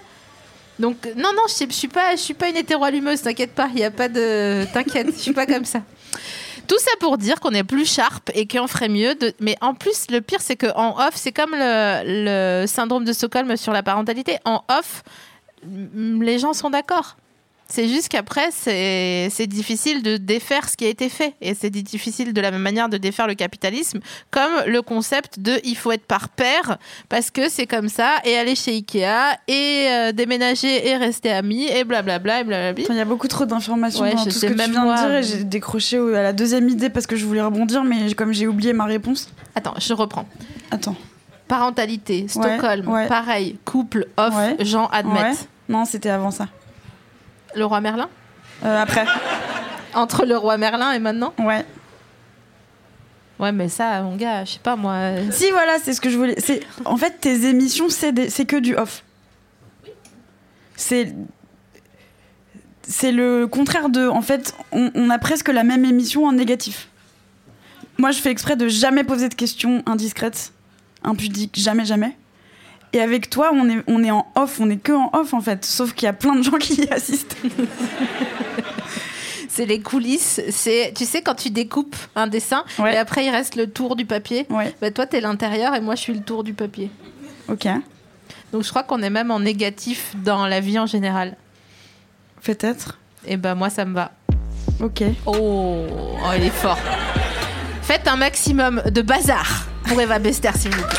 B: Donc, euh, non, non, je, sais- je suis pas, je suis pas une hétéroallumeuse, t'inquiète pas, il y a pas de. T'inquiète, je suis pas comme ça. Tout ça pour dire qu'on est plus sharp et qu'on ferait mieux. De... Mais en plus, le pire, c'est qu'en off, c'est comme le, le syndrome de Stockholm sur la parentalité. En off, m- les gens sont d'accord. C'est juste qu'après, c'est c'est difficile de défaire ce qui a été fait. Et c'est difficile de la même manière de défaire le capitalisme, comme le concept de il faut être par pair, parce que c'est comme ça, et aller chez Ikea, et euh, déménager, et rester amis, et blablabla, et blablabla.
C: Attends, Il y a beaucoup trop d'informations
B: Ouais,
C: dans
B: je
C: tout ce
B: sais
C: que
B: même
C: tu viens
B: moi.
C: de dire et j'ai décroché au- à la deuxième idée parce que je voulais rebondir, mais comme j'ai oublié ma réponse.
B: Attends, je reprends.
C: Attends.
B: Parentalité, Stockholm,
C: ouais.
B: pareil, couple, off,
C: Ouais.
B: gens admettent.
C: Non, c'était avant ça.
B: Le roi Merlin
C: Euh, après.
B: Entre le roi Merlin et maintenant
C: Ouais.
B: Ouais, mais ça, mon gars, je sais pas moi. euh,
C: Si, voilà, c'est ce que je voulais. C'est en fait tes émissions, c'est des- c'est que du off. C'est c'est le contraire de. En fait, on, on a presque la même émission en négatif. Moi, je fais exprès de jamais poser de questions indiscrètes, impudiques, jamais, jamais. Et avec toi, on est, on est en off, on est que en off en fait. Sauf qu'il y a plein de gens qui y assistent.
B: C'est les coulisses. C'est, tu sais, quand tu découpes un dessin
C: Ouais.
B: et après il reste le tour du papier.
C: Ouais,
B: Bah toi t'es l'intérieur et moi je suis le tour du papier.
C: ok.
B: Donc je crois qu'on est même en négatif dans la vie en général.
C: Peut-être.
B: Et bah moi ça me va.
C: Ok.
B: Oh, oh, il est fort. Faites un maximum de bazar pour Eva Bester s'il vous plaît.